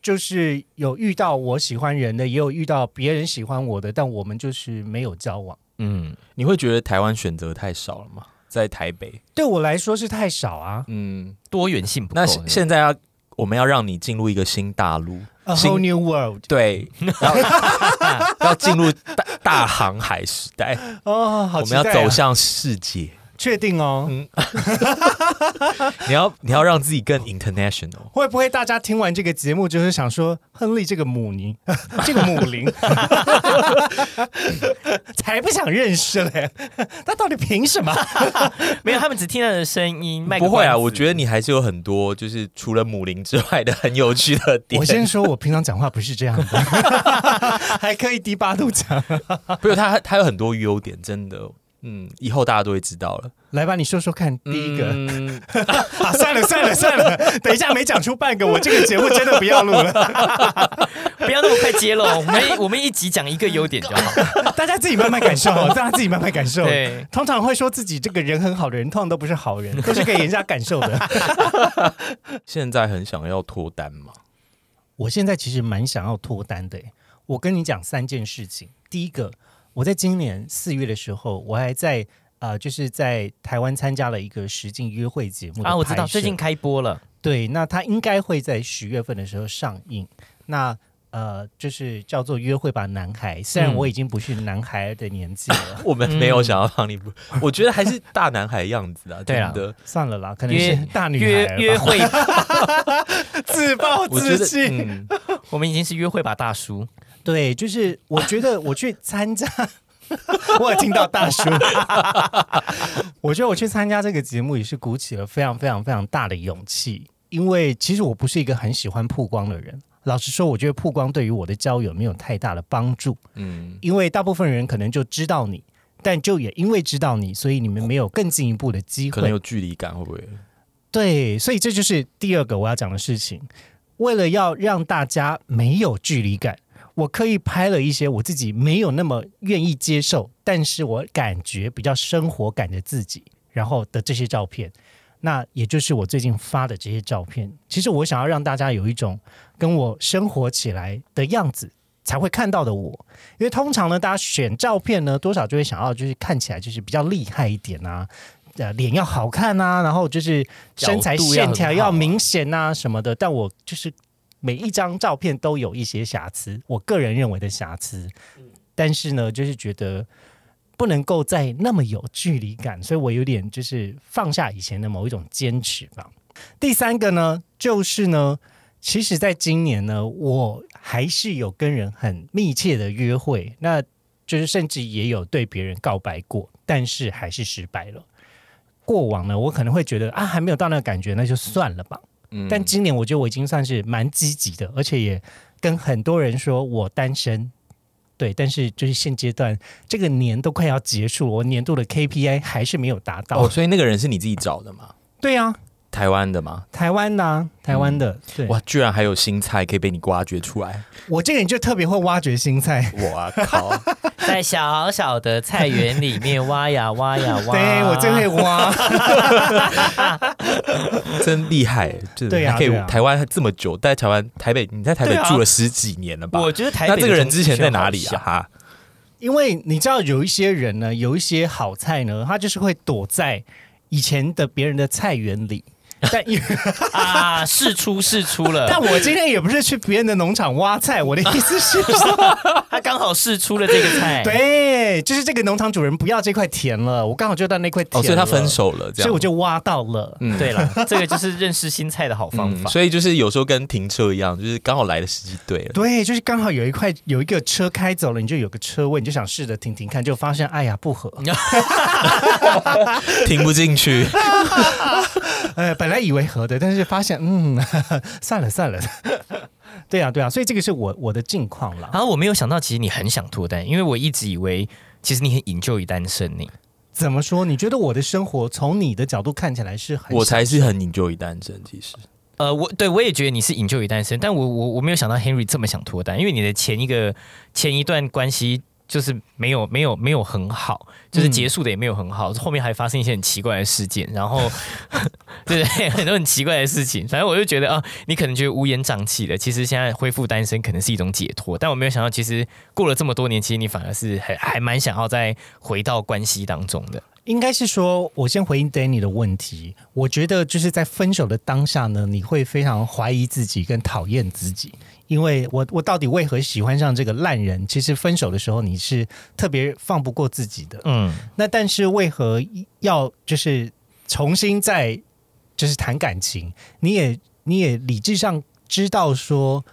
S1: 就是有遇到我喜欢人的，也有遇到别人喜欢我的，但我们就是没有交往。
S3: 嗯，
S2: 你会觉得台湾选择太少了吗？在台北，
S1: 对我来说是太少啊
S2: 嗯，
S3: 多元性不够。
S2: 那
S3: 对
S2: 现
S3: 不对
S2: 现在要我们要让你进入一个新大陆，
S1: ，A
S2: 新
S1: whole new world
S2: 对，然后 要 进入大大航海时代，
S1: 哦，好
S2: 我
S1: 期
S2: 们要
S1: 待啊
S2: 走向世界。
S1: 确定哦。
S2: 你要你要让自己更 international。
S1: 会不会大家听完这个节目，就是想说，亨利这个母宁， 这个母灵， 才不想认识嘞？ 他到底凭什么？
S3: 没有，他们只听到的声音。卖个
S2: 不会啊，
S3: 关子
S2: 我觉得你还是有很多，就是除了母林之外的很有趣的点
S1: 我。 先说，我平常讲话不是这样的， 还可以低八度讲。
S2: 不是他，他有很多优点，真的。嗯，以后大家都会知道了。
S1: 来吧，你说说看，第一个、
S2: 嗯
S1: 啊，算了算了算了，等一下没讲出半个，我这个节目真的不要录了，
S3: 不要那么快揭露，我们我们一集讲一个优点就好。
S1: 大家自己慢慢 感受，大家自己慢慢感受。
S3: 对，
S1: 通常会说自己这个人很好的人，通常都不是好人，都是给人家感受的。
S2: 现在很想要脱单嘛？
S1: 我现在其实蛮想要脱单的耶。我跟你讲三件事情。第一个，我在今年四月的时候，我还在呃，就是在台湾参加了一个实境约会节目的
S3: 啊，我知
S1: 拍
S3: 道
S1: 摄
S3: 最近开播了，
S1: 对，那它应该会在十月份的时候上映。那呃，就是叫做约会吧，男孩。虽然
S3: 嗯
S1: 我已经不是男孩的年纪了，
S2: 我们没有想要让你不，我觉得还是大男孩样子啊，
S3: 对啊
S2: 真的。
S1: 算了啦，可能
S3: 约
S1: 是大女
S3: 约
S1: 孩
S3: 约
S1: 了吧，
S3: 会，
S1: 自暴
S2: 我觉
S1: 自
S2: 得，
S1: 弃。
S2: 嗯，
S3: 我们已经是约会吧大叔。
S1: 对，就是我觉得我去参加， 我有听到大叔， 我觉得我去参加这个节目也是鼓起了非常非常非常大的勇气，因为其实我不是一个很喜欢曝光的人。老实说，我觉得曝光对于我的交友没有太大的帮助，
S2: 嗯，
S1: 因为大部分人可能就知道你，但就也因为知道你，所以你们没有更进一步的机
S2: 可能
S1: 会。
S2: 有距离感，会不会？
S1: 对，所以这就是第二个我要讲的事情。为了要让大家没有距离感，我刻意拍了一些我自己没有那么愿意接受，但是我感觉比较生活感的自己，然后的这些照片。那也就是我最近发的这些照片。其实我想要让大家有一种跟我生活起来的样子才会看到的我，因为通常呢，大家选照片呢，多少就会想要就是看起来就是比较厉害一点啊，呃，脸要好看啊，然后就是身材
S2: 角度要
S1: 线
S2: 很
S1: 条
S2: 好
S1: 要
S2: 啊
S1: 明显啊什么的。但我就是每一张照片都有一些瑕疵，我个人认为的瑕疵。但是呢，就是觉得不能够再那么有距离感，所以我有点就是放下以前的某一种坚持吧。第三个呢，就是呢，其实在今年呢，我还是有跟人很密切的约会，那就是甚至也有对别人告白过，但是还是失败了。过往呢，我可能会觉得啊，还没有到那个感觉，那就算了吧。
S2: 嗯，
S1: 但今年我觉得我已经算是蛮积极的，而且也跟很多人说我单身。对，但是就是现阶段这个年都快要结束了，我年度的 KPI 还是没有达到。
S2: 哦，所以那个人是你自己找的吗？
S1: 对啊，
S2: 台湾的吗？
S1: 台湾的、啊，台湾的，对
S2: 嗯哇，居然还有新菜可以被你挖掘出来！
S1: 我这个人就特别会挖掘新菜。
S2: 我靠，
S3: 在小小的菜园里面挖呀挖呀挖。
S1: 对，我最会挖。
S2: 真厉害！真的
S1: 对啊
S2: 还可
S1: 对啊
S2: 以台湾这么久，在台湾台北，你在台北
S3: 对啊
S2: 住了十几年了吧？
S3: 我觉得台北
S2: 那
S3: 的
S2: 这个人之前在哪里
S3: 中
S2: 啊？
S3: 小？
S2: 哈，
S1: 因为你知道有一些人呢，有一些好菜呢，他就是会躲在以前的别人的菜园里。但 因为
S3: 啊，试出试出
S1: 但
S3: 了，
S1: 我今天也不是去别人的农场挖菜，我的意思是说，
S3: 他刚好试出了这个菜。，
S1: 对，就是这个农场主人不要这块田了，我刚好就到那块田、
S2: 哦，所以他分，手了，
S1: 啊所
S2: 这样，
S1: 以我就挖到了。
S2: 嗯
S3: 对了，这个就是认识新菜的好方
S2: 嗯
S3: 法。
S2: 所以就是有时候跟停车一样，就是刚好来的时机对了。
S1: 对，就是刚好有一块有一个车开走了，你就有个车位，你就想试着停停看，就发现哎呀不合，
S2: 停不 进去，
S1: 呃，本来以为合的，但是发现嗯， 算了算了， 对啊对啊，所以这个是我我的近况啦。
S3: 然后我没有想到，其实你很想脱单，因为我一直以为其实你很 enjoy 单身呢。
S1: 怎么说？你觉得我的生活从你的角度看起来是很
S2: 我才是很 enjoy 单身。其实，
S3: 呃，我对我也觉得你是 enjoy 单身，但我我我没有想到 Henry 这么想脱单，因为你的前一个前一段关系就是没有没有没有很好，
S1: 嗯
S3: 就是结束的也没有很好，后面还发生一些很奇怪的事件，然后对对，很多很奇怪的事情，反正我就觉得啊，你可能觉得乌烟瘴气的，其实现在恢复单身可能是一种解脱，但我没有想到，其实过了这么多年，其实你反而是还还蛮想要再回到关系当中的。
S1: 应该是说，我先回应 Danny 的问题。我觉得就是在分手的当下呢，你会非常怀疑自己跟讨厌自己，因为我我到底为何喜欢上这个烂人？其实分手的时候你是特别放不过自己的。
S3: 嗯，
S1: 那但是为何要就是重新再就是谈感情？你也你也理智上知道说。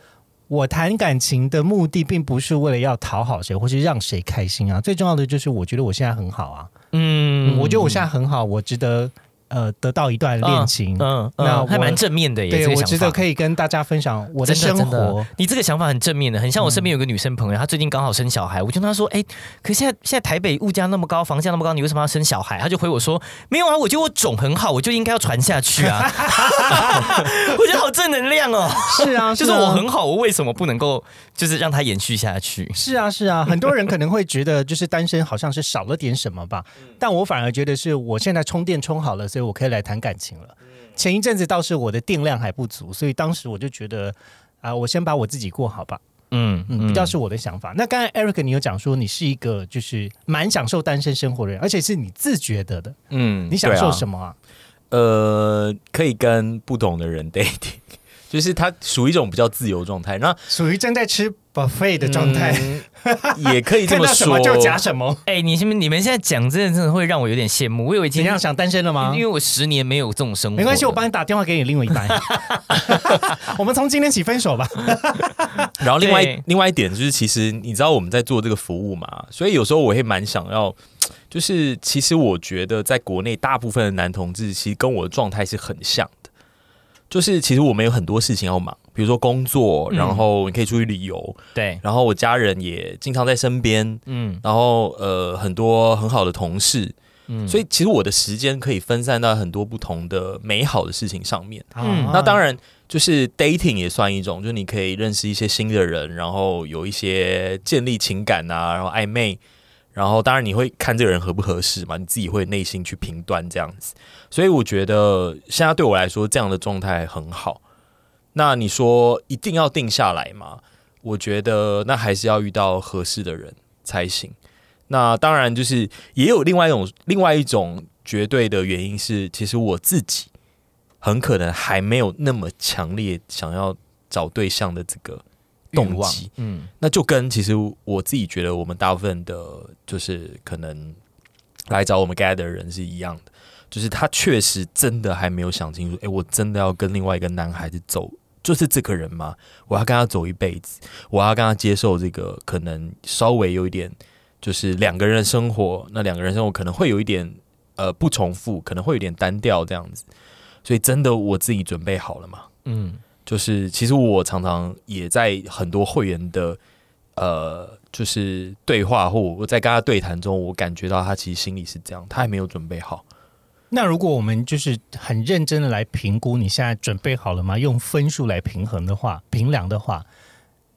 S1: 我谈感情的目的并不是为了要讨好谁，或是让谁开心啊。最重要的就是，我觉得我现在很好啊。啊
S3: 嗯
S1: 嗯，我觉得我现在很好，我值得呃得到一段恋情。
S3: 嗯，嗯
S1: 那我
S3: 还蛮正面的耶。
S1: 对，
S3: 这个
S1: 我
S3: 想
S1: 觉得
S3: 法
S1: 可以跟大家分享我的
S3: 真
S1: 生
S3: 真
S1: 活。嗯
S3: 你这个想法很正面的，很像我身边有个女生朋友，她最近刚好生小孩，我就跟她说，哎、可现在现在台北物价那么高，房价那么高，你为什么要生小孩？她就回我说，没有啊，我觉得我种很好，我就应该要传下 去啊。 我觉得好正能量哦，
S1: 是啊，
S3: 就是
S1: 啊
S3: 我很好，我为什么不能够就是让它延续下去？
S1: 是啊，是啊，很多人可能会觉得就是单身好像是少了点什么吧，但我反而觉得是我现在充电充好了，所以我可以来谈感情了。前一阵子倒是我的电量还不足，所以当时我就觉得啊、我先把我自己过好吧，
S3: 嗯
S1: 嗯，比较是我的想法。那刚才 Eric 你有讲说你是一个就是蛮享受单身生活的人，而且是你自觉得的，
S2: 嗯
S1: 你享受什
S2: 么？
S1: 么啊？
S2: 呃，可以跟不同的人 dating，就是它属于一种比较自由状态。那
S1: 属于正在吃 buffet 的状态，
S2: 嗯也可以这
S1: 看
S2: 么
S1: 到什
S2: 说，
S1: 么就夹什么。
S3: 哎、你你们你们现在讲这个真的会让我有点羡慕，我有已
S1: 怎
S3: 经
S1: 样想单身了吗
S3: 因？为我十年没有这种生活
S1: 嗯
S3: 了，
S1: 没关系，我帮你打电话给你另外一 半。我们从今天起分手吧。
S2: 然后另外
S3: 对
S2: 另外一点就是，其实你知道我们在做这个服务嘛，所以有时候我会蛮想要，就是其实我觉得在国内大部分的男同志其实跟我的状态是很像的，就是其实我们有很多事情要忙，比如说工作，
S3: 嗯
S2: 然后你可以出去旅游，
S3: 对，
S2: 然后我家人也经常在身边，
S3: 嗯
S2: 然后呃很多很好的同事，
S3: 嗯，
S2: 所
S3: 以
S2: 以其实我的时间可以分散到很多不同的美好的事情上面。
S1: 啊
S3: 嗯
S1: 哦
S2: 那当然，就是 dating 也算一种，就是你可以认识一些新的人，然后有一些建立情感啊，然后暧昧，然后当然你会看这个人合不合适嘛，你自己会内心去评断这样子。所以我觉得现在对我来说，这样的状态很好。那你说一定要定下来吗？我觉得那还是要遇到合适的人才行。那当然，就是也有另外一种另外一种绝对的原因是，其实我自己很可能还没有那么强烈想要找对象的这个动机。
S3: 嗯
S2: 那就跟其实我自己觉得，我们大部分的，就是可能来找我们 get 的人是一样的，就是他确实真的还没有想清楚，诶，我真的要跟另外一个男孩子走，就是这个人吗？我要跟他走一辈子，我要跟他接受这个可能稍微有一点，就是两个人的生活，那两个人生活可能会有一点呃不重复，可能会有点单调这样子，所以真的我自己准备好了吗？
S3: 嗯。
S2: 就是其实我常常也在很多会员的呃，就是对话或我在跟他对谈中，我感觉到他其实心里是这样，他还没有准备好。
S1: 那如果我们就是很认真的来评估你现在准备好了吗？用分数来平衡的话，平量的话，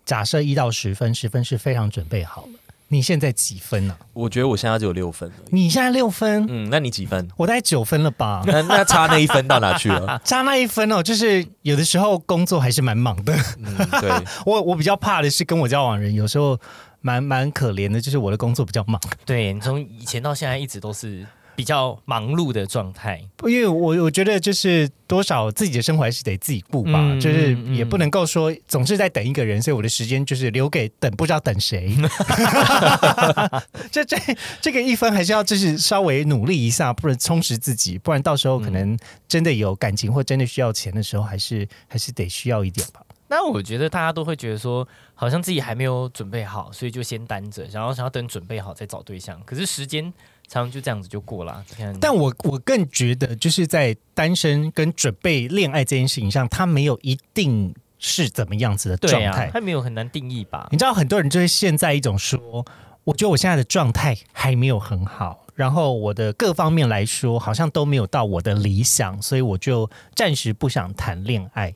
S1: 假设一到十分，十分是非常准备好了。你现在几分啊呢、
S2: 我觉得我现在只有六分而已。
S1: 你现在六分，嗯
S2: 嗯，那你几分？？
S1: 我大概九分了吧
S2: 那那差那一分到哪去了？
S1: 差那一分哦，就是有的时候工作还是蛮忙的。
S2: 嗯， 对，
S1: 我我比较怕的是跟我交往人有时候蛮蛮可怜的，就是我的工作比较忙。
S3: 对，你从以前到现在一直都是比较忙碌的状态。
S1: 因为我我觉得就是多少自己的生活还是得自己顾吧，
S3: 嗯
S1: 就是
S3: 嗯
S1: 也不能够说总是在等一个人，所以我的时间就是留给等不知道等谁。 这这这个一分还是要就是稍微努力一下，不然充实自己，不然到时候可能真的有感情或真的需要钱的时候，还是还是得需要一点吧。
S3: 那我觉得大家都会觉得说，好像自己还没有准备好，所以就先单着，然后想要等准备好再找对象。可是时间常常就这样子就过了。啊你看，
S1: 但我我更觉得就是在单身跟准备恋爱这件事情上，它没有一定是怎么样子的状
S3: 对
S1: 态
S3: 啊，。还没有很难定义吧？
S1: 你知道很多人就会陷在一种说，我觉得我现在的状态还没有很好，然后我的各方面来说好像都没有到我的理想，所以我就暂时不想谈恋爱。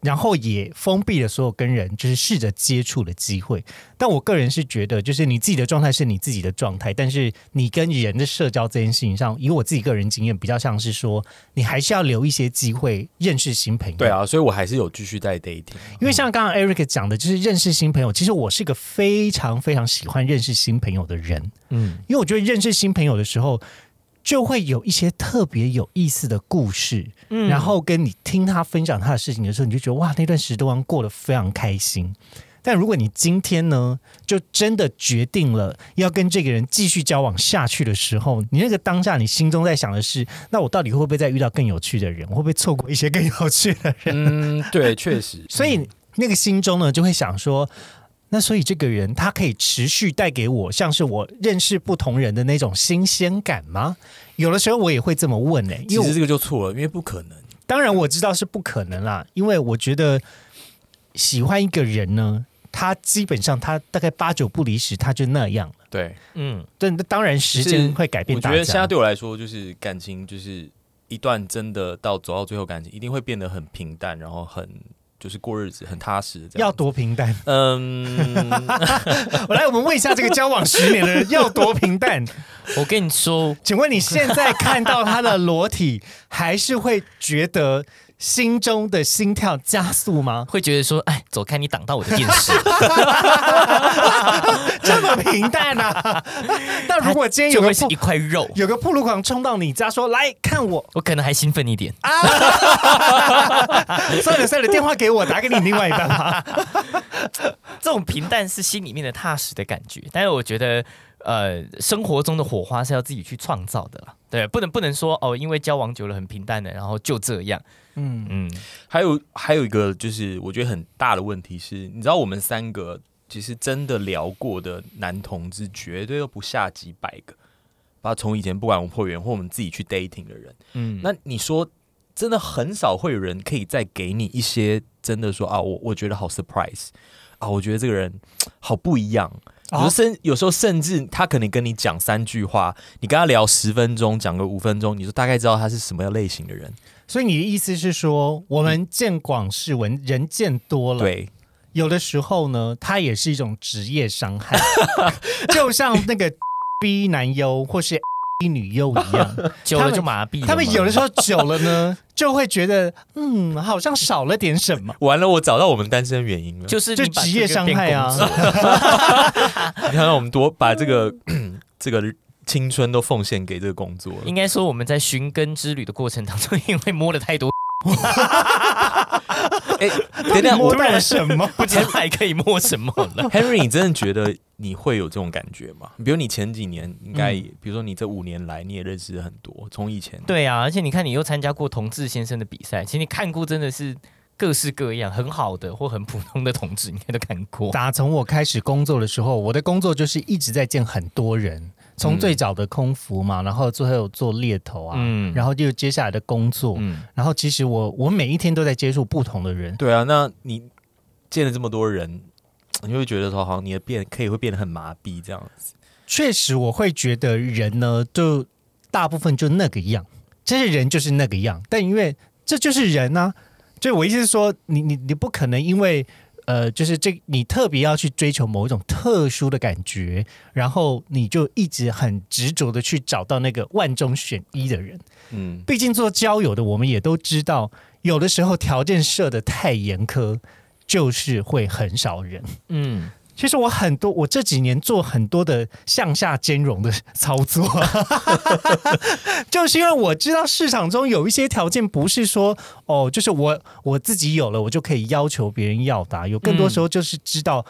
S1: 然后也封闭了所有跟人就是试着接触的机会，但我个人是觉得，就是你自己的状态是你自己的状态，但是你跟人的社交这件事情上，以我自己个人经验，比较像是说，你还是要留一些机会认识新朋友。
S2: 对啊，所以我还是有继续在 dating。啊
S1: 因为像刚刚 Eric 讲的，就是认识新朋友。其实我是个非常非常喜欢认识新朋友的人，
S3: 嗯，
S1: 因为我觉得认识新朋友的时候，就会有一些特别有意思的故事，
S3: 嗯
S1: 然后跟你听他分享他的事情的时候，你就觉得哇，那段时光过得非常开心。但如果你今天呢，就真的决定了要跟这个人继续交往下去的时候，你那个当下，你心中在想的是，那我到底会不会再遇到更有趣的人？我会不会错过一些更有趣的人？
S2: 嗯，对，确实。
S1: 所以那个心中呢，就会想说，那所以这个人他可以持续带给我，像是我认识不同人的那种新鲜感吗？有的时候我也会这么问呢、欸因
S2: 其
S1: 为
S2: 实
S1: 我
S2: 这个就错了，因为不可能。
S1: 当然我知道是不可能啦，因为我觉得喜欢一个人呢，他基本上他大概八九不离十，他就那样了。
S2: 对，
S3: 嗯，
S1: 但当然时间会改变
S2: 我觉
S1: 大
S2: 得现在
S1: 家。
S2: 对我来说，就是感情，就是一段真的到走到最后，感情一定会变得很平淡，然后很就是过日子很踏实这样。
S1: 要多平淡，
S2: 嗯，
S1: 我来，我们问一下这个交往十年的人要多平淡。
S3: 我跟你说，
S1: 请问你现在看到他的裸体，还是会觉得心中的心跳加速吗？
S3: 会觉得说，哎，走开，你挡到我的电视。
S1: 这么平淡 啊？那如果今天有
S3: 就
S1: 个
S3: 会是
S1: 铺
S3: 一块肉，
S1: 有个铺路狂冲到你家说来看我
S3: 我可能还兴奋一点。
S1: 啊，算了算了，电话给我，打给你另外一半吧。
S3: 这种平淡是心里面的踏实的感觉，但是我觉得，呃，生活中的火花是要自己去创造的啦。对，不能不能说哦，因为交往久了很平淡的，然后就这样。嗯嗯，
S2: 还有还有一个就是我觉得很大的问题是，你知道我们三个其实真的聊过的男同志绝对都不下几百个，把从以前不管我们会员或我们自己去 dating 的人，
S3: 嗯
S2: 嗯，那你说真的很少会有人可以再给你一些真的说啊，我我觉得好 surprise 啊，我觉得这个人好不一样。有时候甚有时候甚至他可能跟你讲三句话，你跟他聊十分钟，讲个五分钟，你就大概知道他是什么样类型的人。
S1: 所以你的意思是说，我们见广识闻，人见多了，
S2: 对，
S1: 有的时候呢，它也是一种职业伤 害，就像那个 B 男优或是 B 女优一样。
S3: 久
S1: 他
S3: 了
S1: 们
S3: 就麻痹了
S1: 他们有的时
S3: 候，
S1: 候久了 呢，就会觉得嗯，好像少了点什么。
S2: 完了，我找到我们单身原 因了。就
S3: 就是
S1: 就
S3: 你把
S1: 职业
S3: 这个变
S1: 伤害啊
S3: 工作
S2: 你看，我们多把这个 这个青春都奉献给这个工作了
S3: 应。该说我们在寻根之旅的过程当中，因为摸了太多，
S2: 哎、 等等，
S1: 摸
S2: 我
S1: 到了什么？
S3: 不知道还可以摸什么 了。
S2: Henry，你真的觉得你会有这种感觉吗？比如你前几年应该，比如说你这五年来，你也认识了很多，从以前
S3: 对啊，而且你看，你又参加过同志先生的比赛，其实你看过真的是各式各样，很好的或很普通的同志，你应该都看过。
S1: 打从我开始工作的时候，我的工作就是一直在见很多人，从最早的空服嘛，然后最后做猎头啊，
S3: 嗯
S1: 然后就接下来的工作，
S3: 嗯，
S1: 然后其实我我每一天都在接触不同的人，
S2: 对啊，那你见了这么多人，你会觉得说，好像你的变可以会变得很麻痹这样子。
S1: 确实，我会觉得人呢，就大部分就那个样，这些人就是那个样。但因为这就是人啊，就我意思是说，你你你不可能因为呃，就是这你特别要去追求某一种特殊的感觉，然后你就一直很执着的去找到那个万中选一的人。
S2: 嗯，
S1: 毕竟做交友的，我们也都知道，有的时候条件设的太严苛，就是会很少人。
S3: 嗯，
S1: 其实我很多，我这几年做很多的向下兼容的操作， 就是因为我知道市场中有一些条件不是说哦，就是我我自己有了，我就可以要求别人要达，有更多
S2: 嗯
S1: 时候就是知道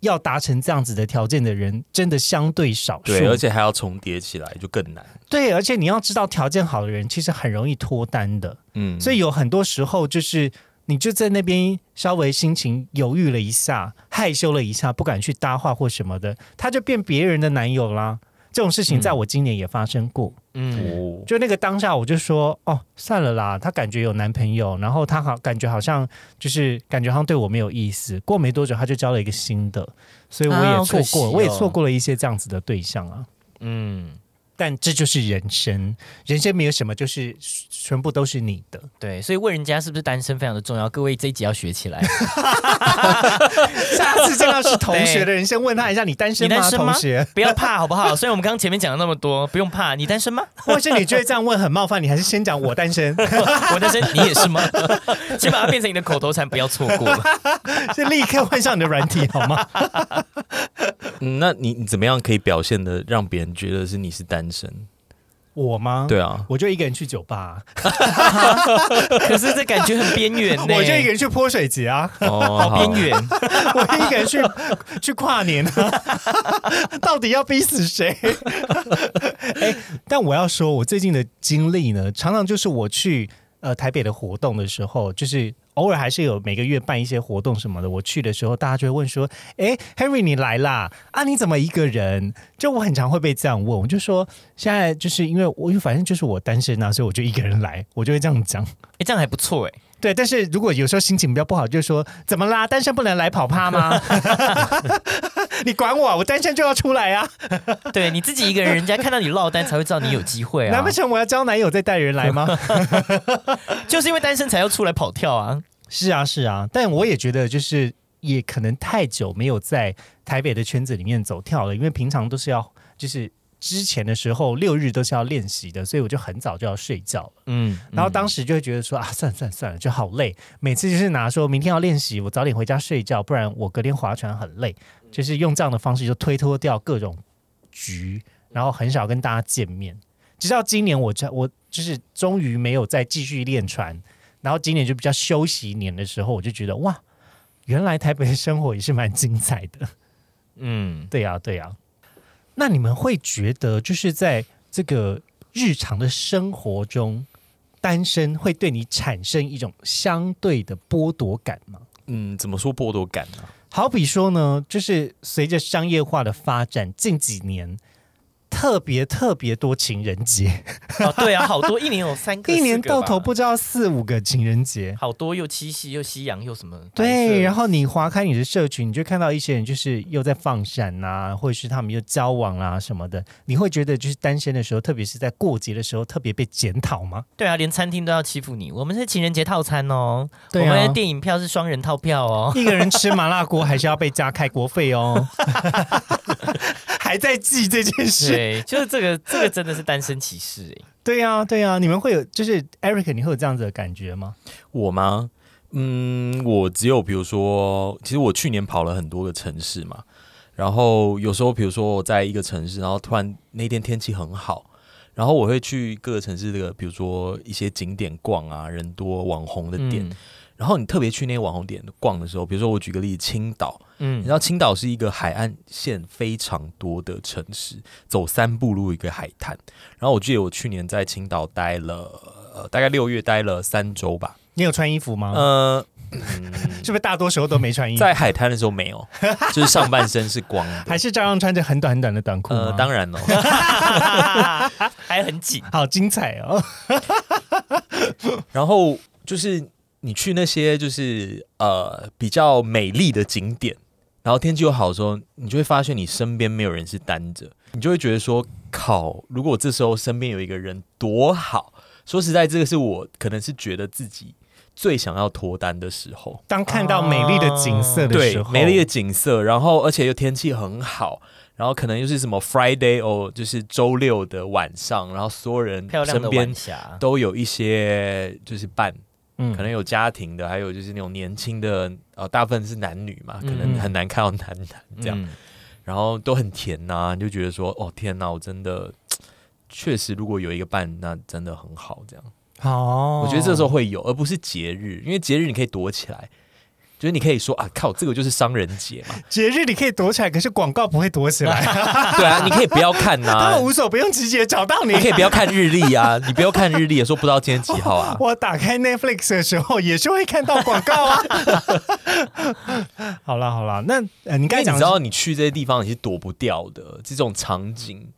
S1: 要达成这样子的条件的人，真的相对少数。
S2: 对，而且还要重叠起来，就更难。
S1: 对而且你要知道条件好的人其实很容易脱单的，
S2: 嗯，
S1: 所以有很多时候就是你就在那边稍微心情犹豫了一下，害羞了一下，不敢去搭话或什么的，他就变别人的男友啦。这种事情在我今年也发生过，
S3: 嗯，
S2: 哦，
S1: 就那个当下我就说哦，算了啦，她感觉有男朋友，然后她好感觉好像就是感觉好像对我没有意思。过没多久她就交了一个新的，所以我
S3: 啊好
S1: 也
S3: 可
S1: 错
S3: 惜
S1: 过，
S3: 哦
S1: 我也错过了一些这样子的对象啊。
S3: 嗯，
S1: 但这就是人生，人生没有什么就是全部都是你的。
S3: 对，所以问人家是不是单身非常的重要，各位这一集要学起来。
S1: 下次见到是同学的人， 先问他一下你单身
S3: 你
S1: 吗？
S3: 单身吗
S1: 同学，
S3: 不要怕，好不好？虽然我们刚刚前面讲了那么多，不用怕。你单身吗？
S1: 或是你觉得这样问很冒犯，你还是先讲我单身，
S3: 我单身，你也是吗？ 先把它变成你的口头禅，不要错 过了。
S1: 就立刻换上你的软体好吗？
S2: 嗯，那你你怎么样可以表现的让别人觉得是你是单身？
S1: 我吗？
S2: 对。啊，
S1: 我就一个人去酒吧，
S3: 可是这感觉很边缘呢，
S1: 我就一个人去泼水节啊，
S2: 哦，
S3: 好边缘。
S1: 我就一个人去去跨年啊， 到底要逼死谁？哎、但我要说，我最近的经历呢，常常就是我去呃台北的活动的时候，就是偶尔还是有每个月办一些活动什么的。我去的时候，大家就会问说：“哎，Henry 你来啦？啊，你怎么一个人？”就我很常会被这样问，我就说现在就是因为我反正就是我单身啊，所以我就一个人来，我就会这样讲。
S3: 哎，这样还不错哎、
S1: 对，但是如果有时候心情比较不好，就说怎么啦？单身不能来跑趴吗？ 你管我啊，我单身就要出来啊！
S3: 对你自己一个人，人家看到你落单才会知道你有机会
S1: 难
S3: 啊
S1: 不，成我要交男友再带人来吗？
S3: 就是因为单身才要出来跑跳啊。
S1: 是啊，是啊，但我也觉得就是也可能太久没有在台北的圈子里面走跳了，因为平常都是要就是之前的时候六日都是要练习的，所以我就很早就要睡觉了。
S3: 嗯，
S1: 然后当时就会觉得说啊，算了算了算了，就好累。每次就是拿说明天要练习，我早点回家睡觉，不然我隔天划船很累。就是用这样的方式就推脱掉各种局，然后很少跟大家见面。直到今年我才我就是终于没有再继续练船，然后今年就比较休息年的时候，我就觉得哇，原来台北的生活也是蛮精彩的。
S3: 嗯，
S1: 对呀、啊对呀、那你们会觉得，就是在这个日常的生活中，单身会对你产生一种相对的剥夺感吗？
S2: 嗯，怎么说剥夺感呢、
S1: 好比说呢，就是随着商业化的发展，近几年特别特别多情人节，
S3: 哦，对啊，好多一年有三 个，
S1: 一年
S3: 四个
S1: 到
S3: 吧
S1: 头不知道四五个情人节。
S3: 好多又七夕又夕阳又什么？
S1: 对，然
S3: 后
S1: 后你划开你的社群，你就看到一些人就是又在放闪呐、或者是他们又交往啦、什么的，你会觉得就是单身的时候，特别是在过节的时候，特别被检讨吗？
S3: 对啊，连餐厅都要欺负你。我们是情人节套餐哦，
S1: 对啊
S3: 我们的电影票是双人套 票哦。
S1: 一个人吃麻辣锅还是要被加开锅费哦，还在记这件事。
S3: 对，就是 这个，这个真的是单身歧视哎、
S1: 对呀、对呀、你们会有就是 Eric，你会有这样子的感觉吗？
S2: 我吗？嗯，我只有比如说，其实我去年跑了很多个城市嘛，然后有时候比如说我在一个城市，然后突然那天天气很好，然后我会去各个城市的，比如说一些景点逛啊，人多网红的店，
S3: 嗯
S2: 然后你特别去那些网红点逛的时候，比如说我举个例子，青岛，你知
S3: 嗯，
S2: 道青岛是一个海岸线非常多的城市，走三步路一个海滩。然后我记得我去年在青岛待了，呃、大概六月待了三周吧。
S1: 你有穿衣服吗？
S2: 呃，
S1: 是不是大多时候都没穿衣服？
S2: 在海滩的时候 没有，就是上半身是光的。
S1: 还是照样穿着很短很短的短裤吗？
S2: 呃，当然 了、
S3: 还很紧。
S1: 好精彩哦！
S2: 然后就是你去那些就是呃比较美丽的景点，然后天气又好的时候，你就会发现你身边没有人是单着，你就会觉得说，靠，如果这时候身边有一个人多好。说实在，这个是我可能是觉得自己最想要脱单的时候。
S1: 当看到美丽的景色的
S2: 哦对
S1: 时候，，
S2: 美丽的景色，然后而且又天气很好，然后可能又是什么 Friday 哦，就是周六的晚上，然后所有人
S3: 漂亮
S2: 身
S3: 的
S2: 边
S3: 晚霞，
S2: 都有一些就是伴，
S1: 嗯
S2: 可能有家庭的，还有就是那种年轻的，呃，大部分是男女嘛，可能
S1: 嗯
S2: 很难看到男男这样，
S3: 嗯
S2: 然后都很甜呐、你就觉得说，哦天呐，我真的确实如果有一个伴，那真的很好这样。
S1: 哦，
S2: 我觉得这时候会有，而不是节日，因为节日你可以躲起来，就是你可以说啊靠，这个就是商人节嘛，
S1: 节日你可以躲起来，可是广告不会躲起 来，
S2: 对啊，你可以不要看呐、
S1: 他们无所不用其极地找到你
S2: 你。可以不要看日历啊，你不要看日历，说不知道今天几号啊。
S1: 我打开 Netflix 的时候，也是会看到广告 啊。好啦好啦，那呃，你
S2: 因
S1: 刚才
S2: 为你
S1: 讲
S2: 知
S1: 的
S2: 道你去这些地方你是躲不掉的这种场景，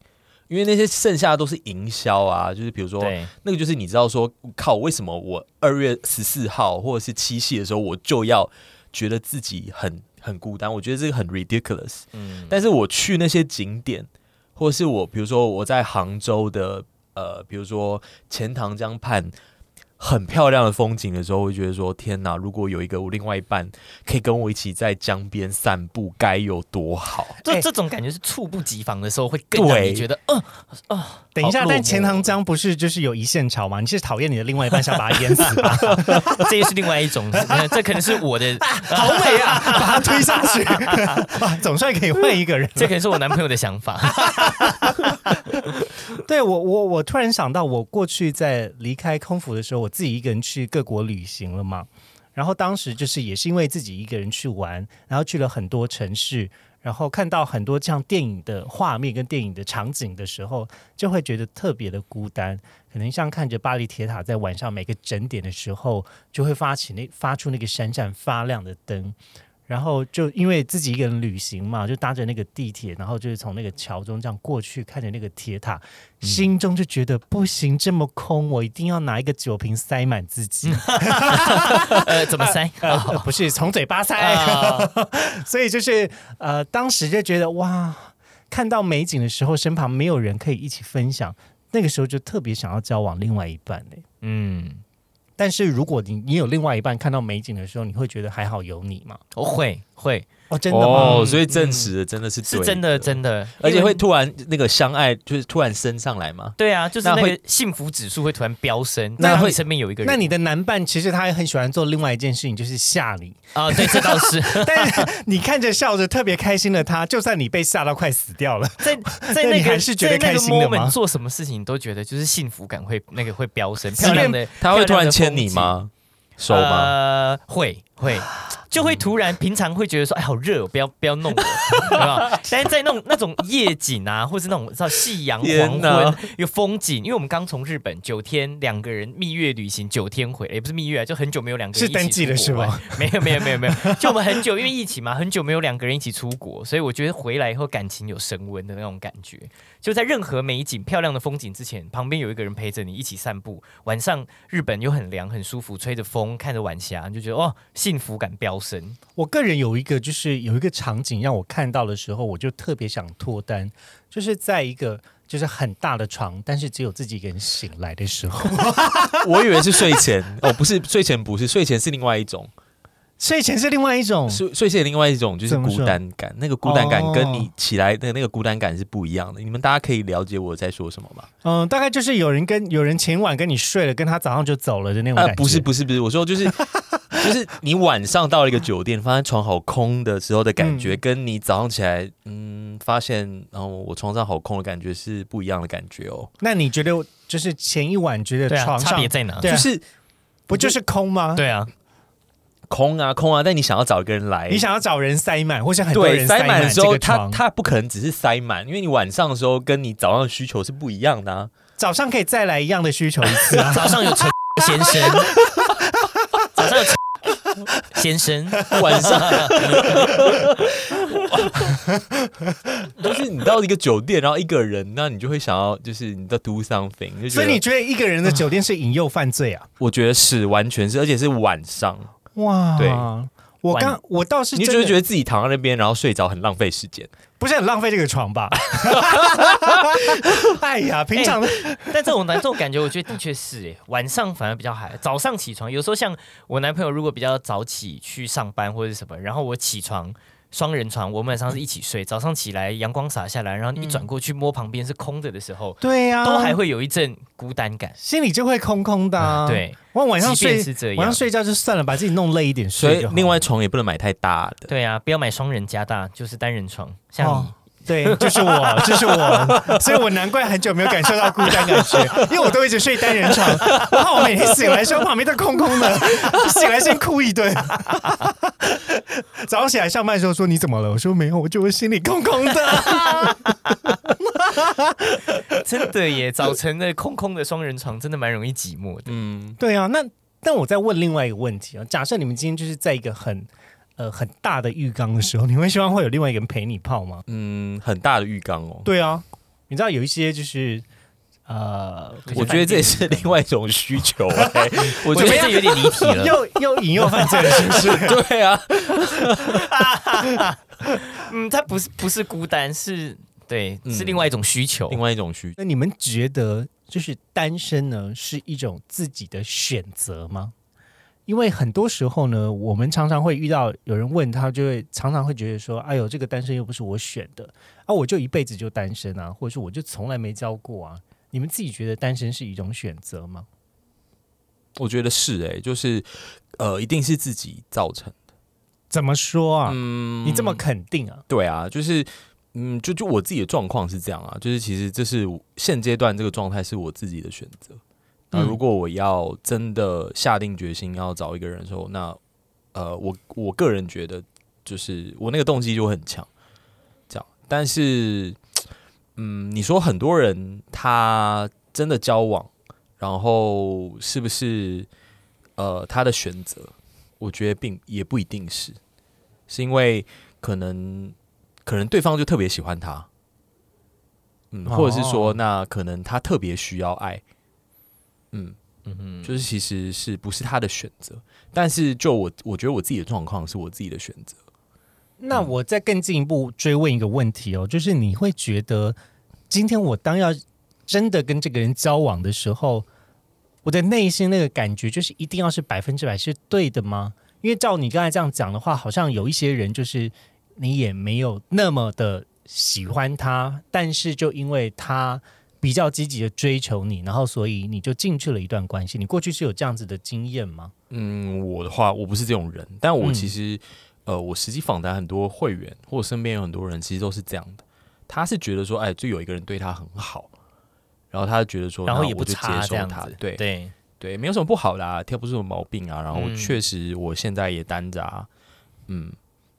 S2: 因为那些剩下的都是营销啊，就是比如说
S3: 对，
S2: 那个就是你知道说靠，为什么我二月十四号或者是七夕的时候我就要觉得自己很很孤单，我觉得这个很 ridiculous。
S3: 嗯，
S2: 但是我去那些景点，或是我比如说我在杭州的呃，比如说钱塘江畔很漂亮的风景的时候，我会觉得说天哪，如果有一个我另外一半可以跟我一起在江边散步，该有多好！
S3: 这
S1: 哎
S3: 这种感觉是猝不及防的时候，会更让
S2: 对
S3: 你觉得，嗯、
S1: 等一下，
S3: 好落寞
S1: 但钱塘江不是就是有一线潮吗？你是讨厌你的另外一半想把他淹死 吧？
S3: 这又是另外一种，呃这可能是我的，
S1: 好美啊，把他推下去， 哇总算可以换一个人。
S3: 这可能是我男朋友的想法。
S1: 对我，我我突然想到，我过去在离开空服的时候，我自己一个人去各国旅行了嘛。然后当时就是也是因为自己一个人去玩，然后去了很多城市，然后看到很多像电影的画面跟电影的场景的时候，就会觉得特别的孤单。可能像看着巴黎铁塔在晚上每个整点的时候，就会发起那发出那个闪闪发亮的灯。然后就因为自己一个人旅行嘛，就搭着那个地铁，然后就是从那个桥中这样过去，看着那个铁塔，心中就觉得不行，这么空，我一定要拿一个酒瓶塞满自 己。
S3: 呃，怎么塞？
S2: 啊
S1: 呃不是从嘴巴塞。
S3: 啊，
S1: 所以就是呃，当时就觉得哇，看到美景的时候，身旁没有人可以一起分享，那个时候就特别想要交往另外一半嘞。
S3: 嗯，
S1: 但是如果你你有另外一半看到美景的时候，你会觉得还好有你吗？
S3: 我会会
S1: 哦，真的吗？
S2: 哦，所以证实了真的是
S3: 是
S2: 对
S3: 真的，真的，
S2: 而且
S3: 因为
S2: 会突然那个相爱，就是突然升上来嘛。
S3: 对啊，就是
S2: 那
S3: 那
S2: 会
S3: 个幸福指数会突然飙升，
S2: 那
S3: 当
S2: 会
S3: 你身边有一个人，
S1: 那你的男伴其实他也很喜欢做另外一件事情，就是吓你。
S3: 啊，对，这倒是
S1: 但是你看着笑着特别开心的他，就算你被吓到快死掉了，
S3: 在在
S1: 那
S3: 那
S1: 你
S3: 个
S1: 还是觉得
S3: 在那
S1: 开
S3: 个
S1: 心的吗
S3: moment 做什么事情你都觉得就是幸福感会那个会飙升，
S1: 即便
S3: 漂亮的
S2: 他会突然牵你？吗？手
S3: 漂亮的
S2: 吗？
S3: 风景呃，会会。就会突然，平常会觉得说，哎，好热哦，不要不要弄我， 有没有但是在那种那种夜景啊，或是那种叫夕阳黄
S2: 天哪
S3: 昏有风景，因为我们刚从日本九天两个人蜜月旅行九天回来，也不是蜜月啊，就很久没有两个人
S1: 是
S3: 一起
S1: 登记
S3: 出
S1: 了
S3: 国
S1: 是吗
S3: 玩？没有没有没有没有，就我们很久因为疫情嘛，很久没有两个人一起出国，所以我觉得回来以后感情有升温的那种感觉。就在任何美景、漂亮的风景之前，旁边有一个人陪着你一起散步。晚上日本又很凉很舒服，吹着风看着晚霞，你就觉得哦，幸福感飙升。
S1: 我个人有一个，就是有一个场景让我看到的时候，我就特别想脱单，就是在一个就是很大的床，但是只有自己一个人醒来的时候。呃
S2: 我以为是睡前哦，不是睡前，不是睡前是另外一种，
S1: 睡前是另外一种，
S2: 睡睡前另外一种就是
S1: 哦怎么
S2: 孤
S1: 说
S2: 单感，那个孤单感
S1: 哦
S2: 跟你起来的那个孤单感是不一样的。你们大家可以了解我在说什么吗？
S1: 嗯，大概就是有人跟有人前晚跟你睡了，跟他早上就走了的那种
S2: 啊、
S1: 感觉。
S2: 不是不是不是，我说就是 就是你晚上到了一个酒店，发现床好空的时候的感觉，
S1: 嗯
S2: 跟你早上起来嗯发现然后我床上好空的感觉是不一样的感觉哦，
S1: 那你觉得就是前一晚觉得
S3: 对啊，
S1: 床
S3: 差
S1: 上、
S3: 别在哪？
S1: 对啊
S2: 就是
S1: 不就是空吗？
S3: 对啊，
S2: 空啊空啊，但你想要找一个人来，
S1: 你想要找人塞满，或是很多
S2: 对，
S1: 人
S2: 塞满的时
S1: 这
S2: 候，
S1: 个
S2: 它
S1: 床，
S2: 它不可能只是塞满，因为你晚上的时候跟你早上的需求是不一样的、 啊。
S1: 早上可以再来一样的需求一 次啊。
S3: 早上有陈先生，早上有陈 先生，
S2: 晚上， 就是你到一个酒店，然后一个人，那你就会想要，就是你在 do something，就觉得
S1: 所以你觉得一个人的酒店是引诱犯罪啊？
S2: 我觉得是完全是，而且是晚上，
S1: 哇，
S2: 对
S1: 我
S3: 晚
S1: 刚我倒是
S2: 你就
S1: 真
S2: 觉
S1: 的
S2: 得觉得自己躺在那边，然后睡着很浪费时间。
S1: 不是很浪费这个床 吧？哎呀，平常、
S3: 但这种难这种感觉，我觉得的确是哎， 晚上反而比较嗨。早上起床，有时候像我男朋友如果比较早起去上班或者是什么，然后我起床。双人床，我们晚上是一起
S2: 嗯
S3: 睡。早上起来，阳光洒下来，然后一转过去摸旁边是空着的时候，
S1: 对
S2: 嗯
S1: 呀、
S3: 都还会有一阵孤单感。
S1: 心里就会空空的、
S2: 嗯
S1: 啊。，
S3: 对
S1: 我晚上
S3: 即便
S1: 睡
S3: 是这样
S1: 晚上睡觉就算了，把自己弄累一点
S2: 所
S1: 睡
S2: 以
S1: 就好。
S2: 另外床也不能买太大的，
S3: 对啊，不要买双人加大，就是单人床，像你。
S1: 哦对，就是我， 就是我，所以我难怪很久没有感受到孤单感 觉，因为我都一直睡单人床，然后我每天醒来的时候旁边都空空 的，醒来先哭一顿。 早上起来上班的时候说你怎么了？我说没有，我就我心里空空的。
S3: 真的耶，早晨的空空的双人床真的蛮容易寂寞的。
S2: 嗯，
S1: 对啊，那但我再问另外一个问题啊，假设你们今天就是在一个很呃很大的浴缸的时候，你会希望会有另外一个人陪你泡吗？
S2: 嗯，很大的浴缸哦。
S1: 对啊，你知道有一些就是呃，
S2: 我觉得这也是另外一种需求、 哎我
S3: 我
S2: 觉
S3: 觉得
S2: 得
S3: 这有点离题了。
S1: 又又引诱犯罪了，是不是？
S2: 对啊，
S3: 嗯，它不是不是孤单，是对，
S2: 嗯
S3: 是另外一种需求。
S2: 另外一种需求，
S1: 那你们觉得就是单身呢是一种自己的选择吗？因为很多时候呢，我们常常会遇到有人问他，就会常常会觉得说：“哎呦，这个单身又不是我选的啊，我就一辈子就单身啊，或者是我就从来没交过啊。”你们自己觉得单身是一种选择吗？
S2: 我觉得是哎、就是呃，一定是自己造成。
S1: 怎么说啊？
S2: 嗯
S1: 你这么肯定啊？
S2: 对啊，就是嗯，就就我自己的状况是这样啊，就是其实这是我现阶段这个状态是我自己的选择。那
S1: 嗯
S2: 如果我要真的下定决心要找一个人的时候，那呃，我我个人觉得就是我那个动机就会很强，但是，嗯，你说很多人他真的交往，然后是不是呃他的选择？我觉得并也不一定是，是因为可能可能对方就特别喜欢他，嗯，或者是说
S1: 哦
S2: 那可能他特别需要爱，嗯，
S3: 嗯哼，
S2: 就是其实是不是他的选择？但是就我我觉得我自己的状况是我自己的选择。
S1: 那我再更进一步追问一个问题哦，就是你会觉得，今天我当要真的跟这个人交往的时候，我的内心那个感觉就是一定要是百分之百是对的吗？因为照你刚才这样讲的话，好像有一些人就是你也没有那么的喜欢他，但是就因为他比较积极的追求你，然后所以你就进去了一段关系。你过去是有这样子的经验吗？
S2: 嗯，我的话，我不是这种人，但我
S1: 嗯
S2: 其实，呃，我实际访谈很多会员，或者身边有很多人，其实都是这样的。他是觉得说，哎，就有一个人对他很好，然后他就觉得说，
S3: 然后
S2: 那
S3: 也
S2: 我
S3: 不
S2: 就
S3: 差
S2: 接
S3: 这
S2: 受
S3: 样
S2: 他
S3: 子，，
S2: 对
S3: 对，
S2: 对，没有什么不好的、啊，挑不出什么毛病啊。然后
S3: 嗯
S2: 确实，我现在也单着啊，嗯，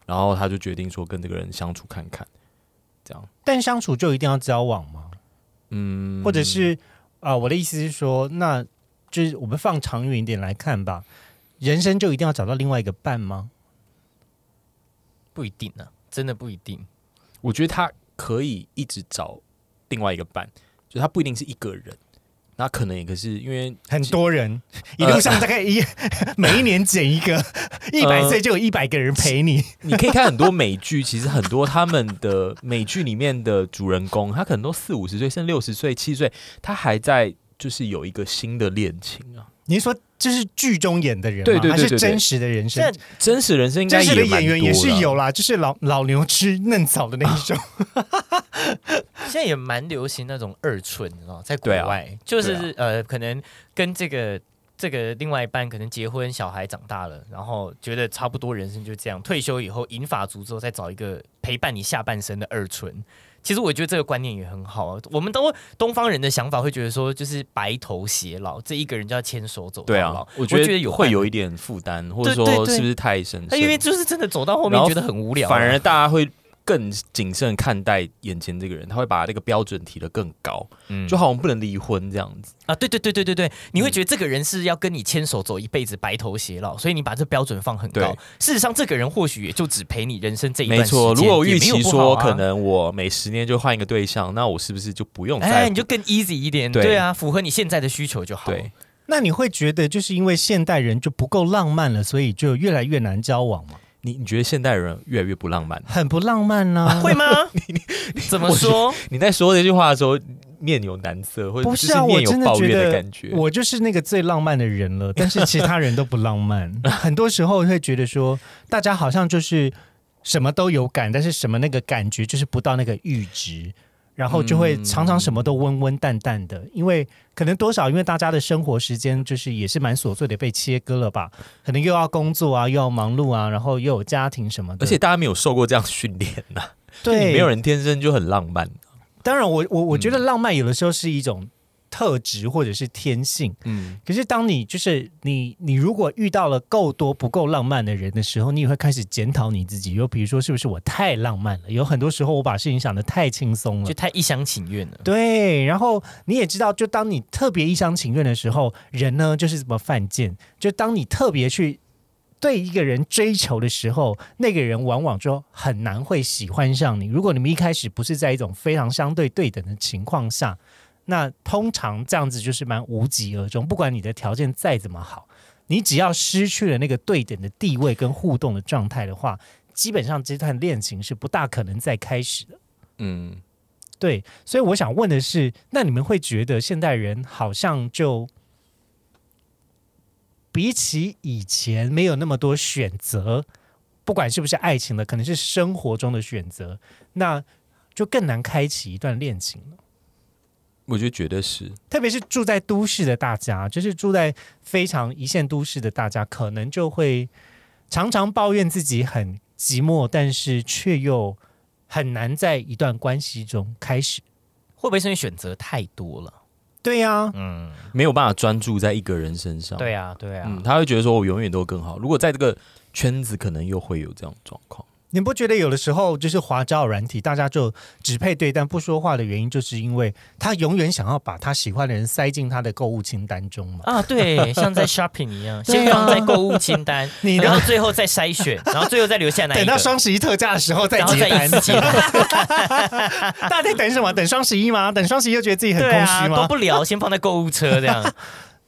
S2: 然后他就决定说跟这个人相处看看，这样。
S1: 但相处就一定要交往吗？嗯，或者是啊、呃我的意思是说，那就是我们放长远一点来看吧，人生就一定要找到另外一个伴吗？
S3: 不一定啊，真的不一定。
S2: 我觉得他可以一直找另外一个伴，就他不一定是一个人，那可能也可是因为
S1: 很多人 一路上大概一、 每一年减一 个，一
S2: 呃
S1: 百岁就有一百个人陪你。
S2: 你可以看很多美剧，其实很多他们的美剧里面的主人公，他可能都四五十岁，甚至六十岁、七十岁，他还在就是有一个新的恋情啊。
S1: 你是说就是剧中演的人吗？
S2: 对对对
S1: 还是
S2: 对对
S1: 真实的人生
S3: 现？
S2: 真实人生应该
S1: 真实的
S2: 也蛮
S1: 演员
S2: 多
S1: 也是
S2: 的啊
S1: 有啦，就是老老牛吃嫩草的那一 种。
S3: 现在也蛮流行那种二春，你知道吗，在国
S2: 对啊
S3: 外、就是、
S2: 对
S3: 呃，可能跟这个这个另外一半可能结婚，小孩长大了，然后觉得差不多人生就这样，退休以后银发族之后再找一个陪伴你下半生的二春。其实我觉得这个观念也很好啊。我们都东方人的想法会觉得说，就是白头偕老，这一个人就要牵手走到
S2: 对
S3: 老
S2: 啊。，我
S3: 觉
S2: 觉得
S3: 有
S2: 会
S3: 伴
S2: 有一点负担，或者
S3: 对对
S2: 说
S3: 对
S2: 是不是太神
S3: 那
S2: 圣？
S3: 因为就是真的走到后面
S2: 然后
S3: 觉得很无聊啊、
S2: 反而大家会更谨慎看待眼前这个人，他会把那个标准提得更高，
S3: 嗯
S2: 就好像不能离婚这样子。
S3: 啊，对对对对对对，你
S2: 嗯
S3: 会觉得这个人是要跟你牵手走一辈子，白头偕老，所以你把这标准放很高
S2: 对。
S3: 事实上，这个人或许也就只陪你人生这一段
S2: 没
S3: 时间。
S2: 错，如果我
S3: 也
S2: 预
S3: 没有
S2: 期
S3: 不
S2: 说、
S3: 好啊
S2: 可能我每十年就换一个对象，那我是不是就不用再
S3: 哎，你就更 easy 一点，
S2: 对
S3: 对啊，符合你现在的需求就好。
S2: 对，
S1: 那你会觉得就是因为现代人就不够浪漫了，所以就越来越难交往 吗？
S2: 你你觉得现代人越来越不浪漫？
S1: 很不浪漫啊啦、
S3: 会吗？怎么说？
S2: 你在说这句话的时候，面有难色，或者
S1: 不
S2: 就是
S1: 啊，我
S2: 面有
S1: 真的
S2: 抱
S1: 觉
S2: 怨
S1: 得
S2: 的感觉。
S1: 我就是那个最浪漫的人 了，但是其他人都不浪漫。很多时候会觉得说，大家好像就是什么都有感，但是什么那个感觉就是不到那个阈值，然后就会常常什么都温温淡淡的，因为可能多少因为大家的生活时间就是也是蛮琐碎的，被切割了吧？可能又要工作啊，又要忙碌啊，然后又有家庭什么的，
S2: 而且大家没有受过这样训练呐、
S1: 对，
S2: 没有人嗯天生就很浪漫。
S1: 当然我，我我觉得浪漫有的时候是一种特质或者是天性。
S2: 嗯，
S1: 可是当你就是你你如果遇到了够多不够浪漫的人的时候，你也会开始检讨你自己。又比如说，是不是我太浪漫了？有很多时候我把事情想得太轻松了
S3: 就。太一厢情愿了。
S1: 对，然后你也知道，就当你特别一厢情愿的时候，人呢就是怎么犯贱。就当你特别去对一个人追求的时候，那个人往往就很难会喜欢上你。如果你们一开始不是在一种非常相对对等的情况下，那通常这样子就是蛮无疾而终。不管你的条件再怎么好，你只要失去了那个对等的地位跟互动的状态的话，基本上这段恋情是不大可能再开始的。
S2: 嗯，
S1: 对，所以我想问的是，那你们会觉得现代人好像就比起以前没有那么多选择，不管是不是爱情的，可能是生活中的选择，那就更难开启一段恋情了。
S2: 我觉得绝对是。
S1: 特别是住在都市的大家，就是住在非常一线都市的大家，可能就会常常抱怨自己很寂寞，但是却又很难在一段关系中开始。
S3: 会不会是因为选择太多了？
S1: 对呀、
S3: 嗯，
S2: 没有办法专注在一个人身上。嗯
S3: 对啊，对啊。
S2: 嗯，他会觉得说我永远都更好。如果在这个圈子，可能又会有这样的状况。
S1: 你不觉得有的时候就是华交友软体，大家就只配对但不说话的原因，就是因为他永远想要把他喜欢的人塞进他的购物清单中嘛？
S3: 啊，对，像在 shopping 一样，
S1: 对啊
S3: 先放在购物清单，
S1: 你的
S3: 然后最后再筛选，然后最后再留下哪 一
S1: 等到
S3: 个，
S1: 双十一特价的时候再
S3: 然后
S1: 结
S3: 再一
S1: 单，
S3: 次结单，
S1: 大家在等什么？等双十一吗？等双十一又觉得自己很
S3: 对
S1: 空
S3: 啊，
S1: 虚
S3: 都
S1: 吗？
S3: 不聊，先放在购物车这样。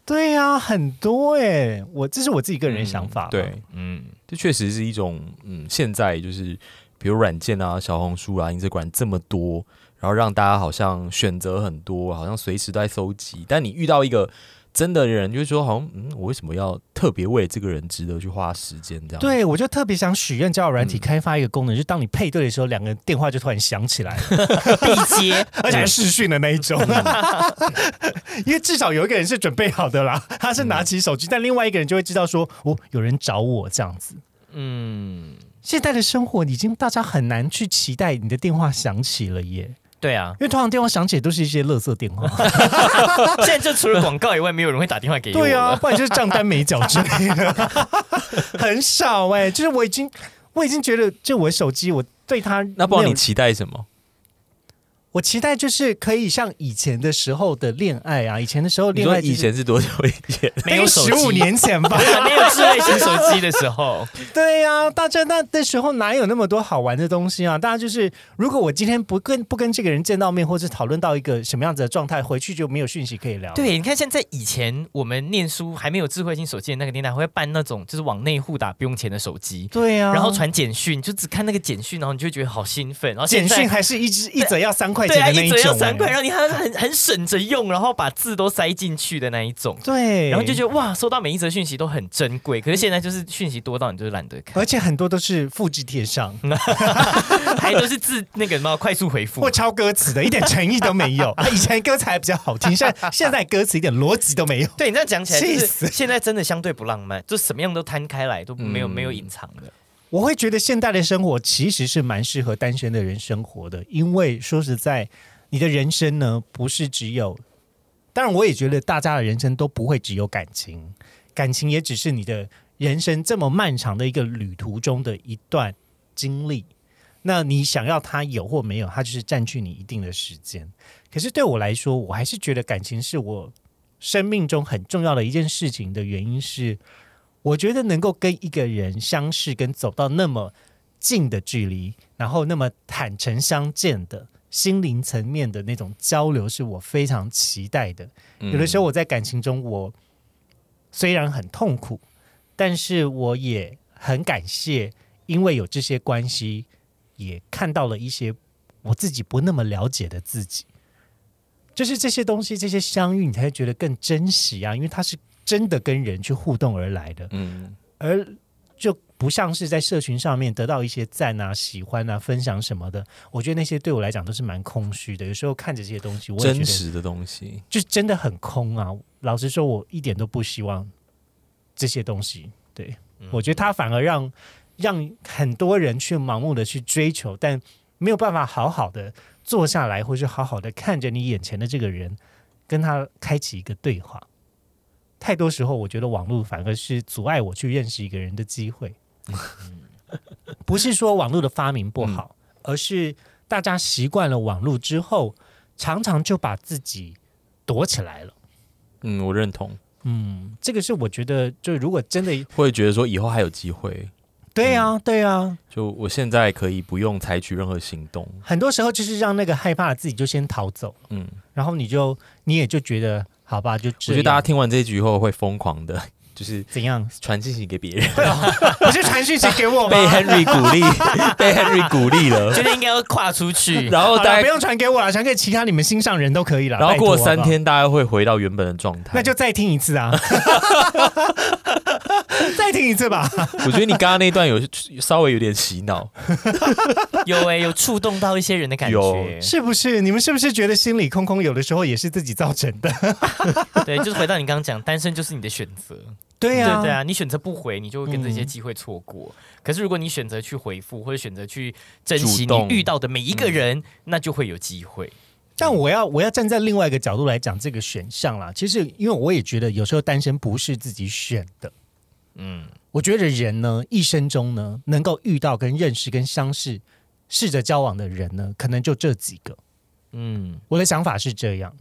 S1: 对呀、很多哎、我这是我自己个人的想法、，
S2: 对，
S3: 嗯，
S2: 这确实是一种嗯，现在就是比如软件啊、小红书啊、Instagram 这么多，然后让大家好像选择很多，好像随时都在搜集。但你遇到一个真的人，就会说好像嗯，我为什么要特别为这个人值得去花时间这样？
S1: 对，我就特别想许愿交友软体开发一个功能，就是当你配对的时候，两个人电话就突然响起来，
S3: 必 接，
S1: 而且还视讯的那一种，
S2: 嗯
S1: 因为至少有一个人是准备好的啦，他是拿起手机，但另外一个人就会知道说，哦，有人找我这样子。
S3: 嗯，
S1: 现在的生活已经大家很难去期待你的电话响起了耶，
S3: 对啊
S1: 因，为通常电话响起都是一些垃圾电 话。
S3: 现在就除了广告以外，没有人会打电话给我了。
S1: 对啊，不然就是账单没缴之类 的，很少哎、就是我已经我已经觉得，就我的手机我对它
S2: 那不
S1: 没
S2: 然
S1: 有
S2: 你期待什么？
S1: 我期待就是可以像以前的时候的恋爱啊，以前的时候恋
S2: 你说
S1: 爱、就是、
S2: 以前是多久以前？
S3: 没有手
S1: 十五
S3: 机，
S1: 年前 吧，
S3: 没有智慧型手机的时候，
S1: 对呀、大家那那时候哪有那么多好玩的东西啊？大家就是，如果我今天不跟不跟这个人见到面，或是讨论到一个什么样子的状态，回去就没有讯息可以聊。，
S3: 对，你看，像在以前我们念书还没有智慧型手机的那个年代，还会办那种就是往内互打不用钱的手机，
S1: 对啊呀、
S3: 然后传简讯，就只看那个简讯，然后你就会觉得好兴奋。然后现
S1: 简
S3: 在
S1: 讯还是一只一则要三块
S3: 对
S1: 钱
S3: 啊，
S1: 的那
S3: 一
S1: 一
S3: 折
S1: 种、
S3: 要三块，然后你还很很省着用，然后把字都塞进去的那一种，
S1: 对，啊
S3: 然后就觉得哇，收到每一则讯息都很珍贵。可是现在就是讯息多到你就是懒得看，
S1: 而且很多都是复制贴 上
S3: 还都是字那个什么快速回复
S1: 或。抄歌词的，一点诚意都没有。啊以前歌词还比较好听，现在现在歌词一点逻辑都没有。
S3: 对你这样讲起来，就
S1: 气
S3: 是
S1: 死
S3: 现在真的相对不浪漫，就什么样都摊开来，都没有、没有隐藏的。
S1: 我会觉得现代的生活其实是蛮适合单身的人生活的，因为说实在，你的人生呢不是只有，当然我也觉得大家的人生都不会只有感情，感情也只是你的人生这么漫长的一个旅途中的一段经历。那你想要它有或没有，它就是占据你一定的时间。可是对我来说，我还是觉得感情是我生命中很重要的一件事情的原因是，我觉得能够跟一个人相识，跟走到那么近的距离，然后那么坦诚相见的心灵层面的那种交流，是我非常期待的。
S2: 嗯
S1: 有的时候我在感情中，我虽然很痛苦，但是我也很感谢，因为有这些关系，也看到了一些我自己不那么了解的自己。就是这些东西，这些相遇，你才会觉得更珍惜啊，因为它是真的跟人去互动而来的。
S2: 嗯，
S1: 而就不像是在社群上面得到一些赞啊、喜欢啊、分享什么的。我觉得那些对我来讲都是蛮空虚的。有时候看着这些东西，我也觉
S2: 真
S1: 得
S2: 实的东西，
S1: 就是真的很空啊。老实说，我一点都不希望这些东西。对、我觉得它反而让让很多人去盲目的去追求，但没有办法好好的坐下来，或是好好的看着你眼前的这个人，跟他开启一个对话。太多时候，我觉得网络反而是阻碍我去认识一个人的机会。 不是说网络的发明不好，而是大家习惯了网络之后，常常就把自己躲起来了。
S2: 嗯，我认同，
S1: 嗯，这个是我觉得，就如果真的，
S2: 会觉得说以后还有机会。
S1: 对啊，对啊，
S2: 就我现在可以不用采取任何行动，
S1: 很多时候就是让那个害怕的自己就先逃走，
S2: 嗯，
S1: 然后你就你也就觉得好吧，就
S2: 我
S1: 这
S2: 觉得
S1: 样
S2: 大家听完这一局以后会疯狂的， 就是
S1: 怎样，
S2: 传信息给别人，
S1: 不是传讯息给我
S2: 被
S1: 吗？
S2: Henry 鼓 励，被 Henry 鼓励了，
S3: 觉得应该要跨出 去，
S2: 然后
S1: 好
S2: 大
S1: 了，不
S2: 家，
S1: 用传给我了，传给其他你们心上人都可以了。
S2: 然后
S1: 拜托
S2: 过三，
S1: 好
S2: 天大家会回到原本的状态
S1: 不好。那就再听一次 啊，再听一次吧。
S2: 我觉得你刚刚那段有稍微有点洗脑，
S3: 有哎、有触动到一些人的感
S2: 有
S3: 觉，
S1: 是不是？你们是不是觉得心里空空，有的时候也是自己造成的？
S3: 对，就是回到你刚刚讲，单身就是你的选择，
S1: 对呀、
S3: 对对啊，你嗯选择不回，你就会跟这些机会错过。可是如果你选择去回复，或者选择去珍惜
S2: 主动
S3: 你遇到的每一个人，那就会有机会。
S1: 但我要我要站在另外一个角度来讲这个选项啦。其实，因为我也觉得有时候单身不是自己选的，
S3: 嗯，
S1: 我觉得人呢，一生中呢，能够遇到跟认识跟相识、试着交往的人呢，可能就这几个。
S3: 嗯，
S1: 我的想法是这样：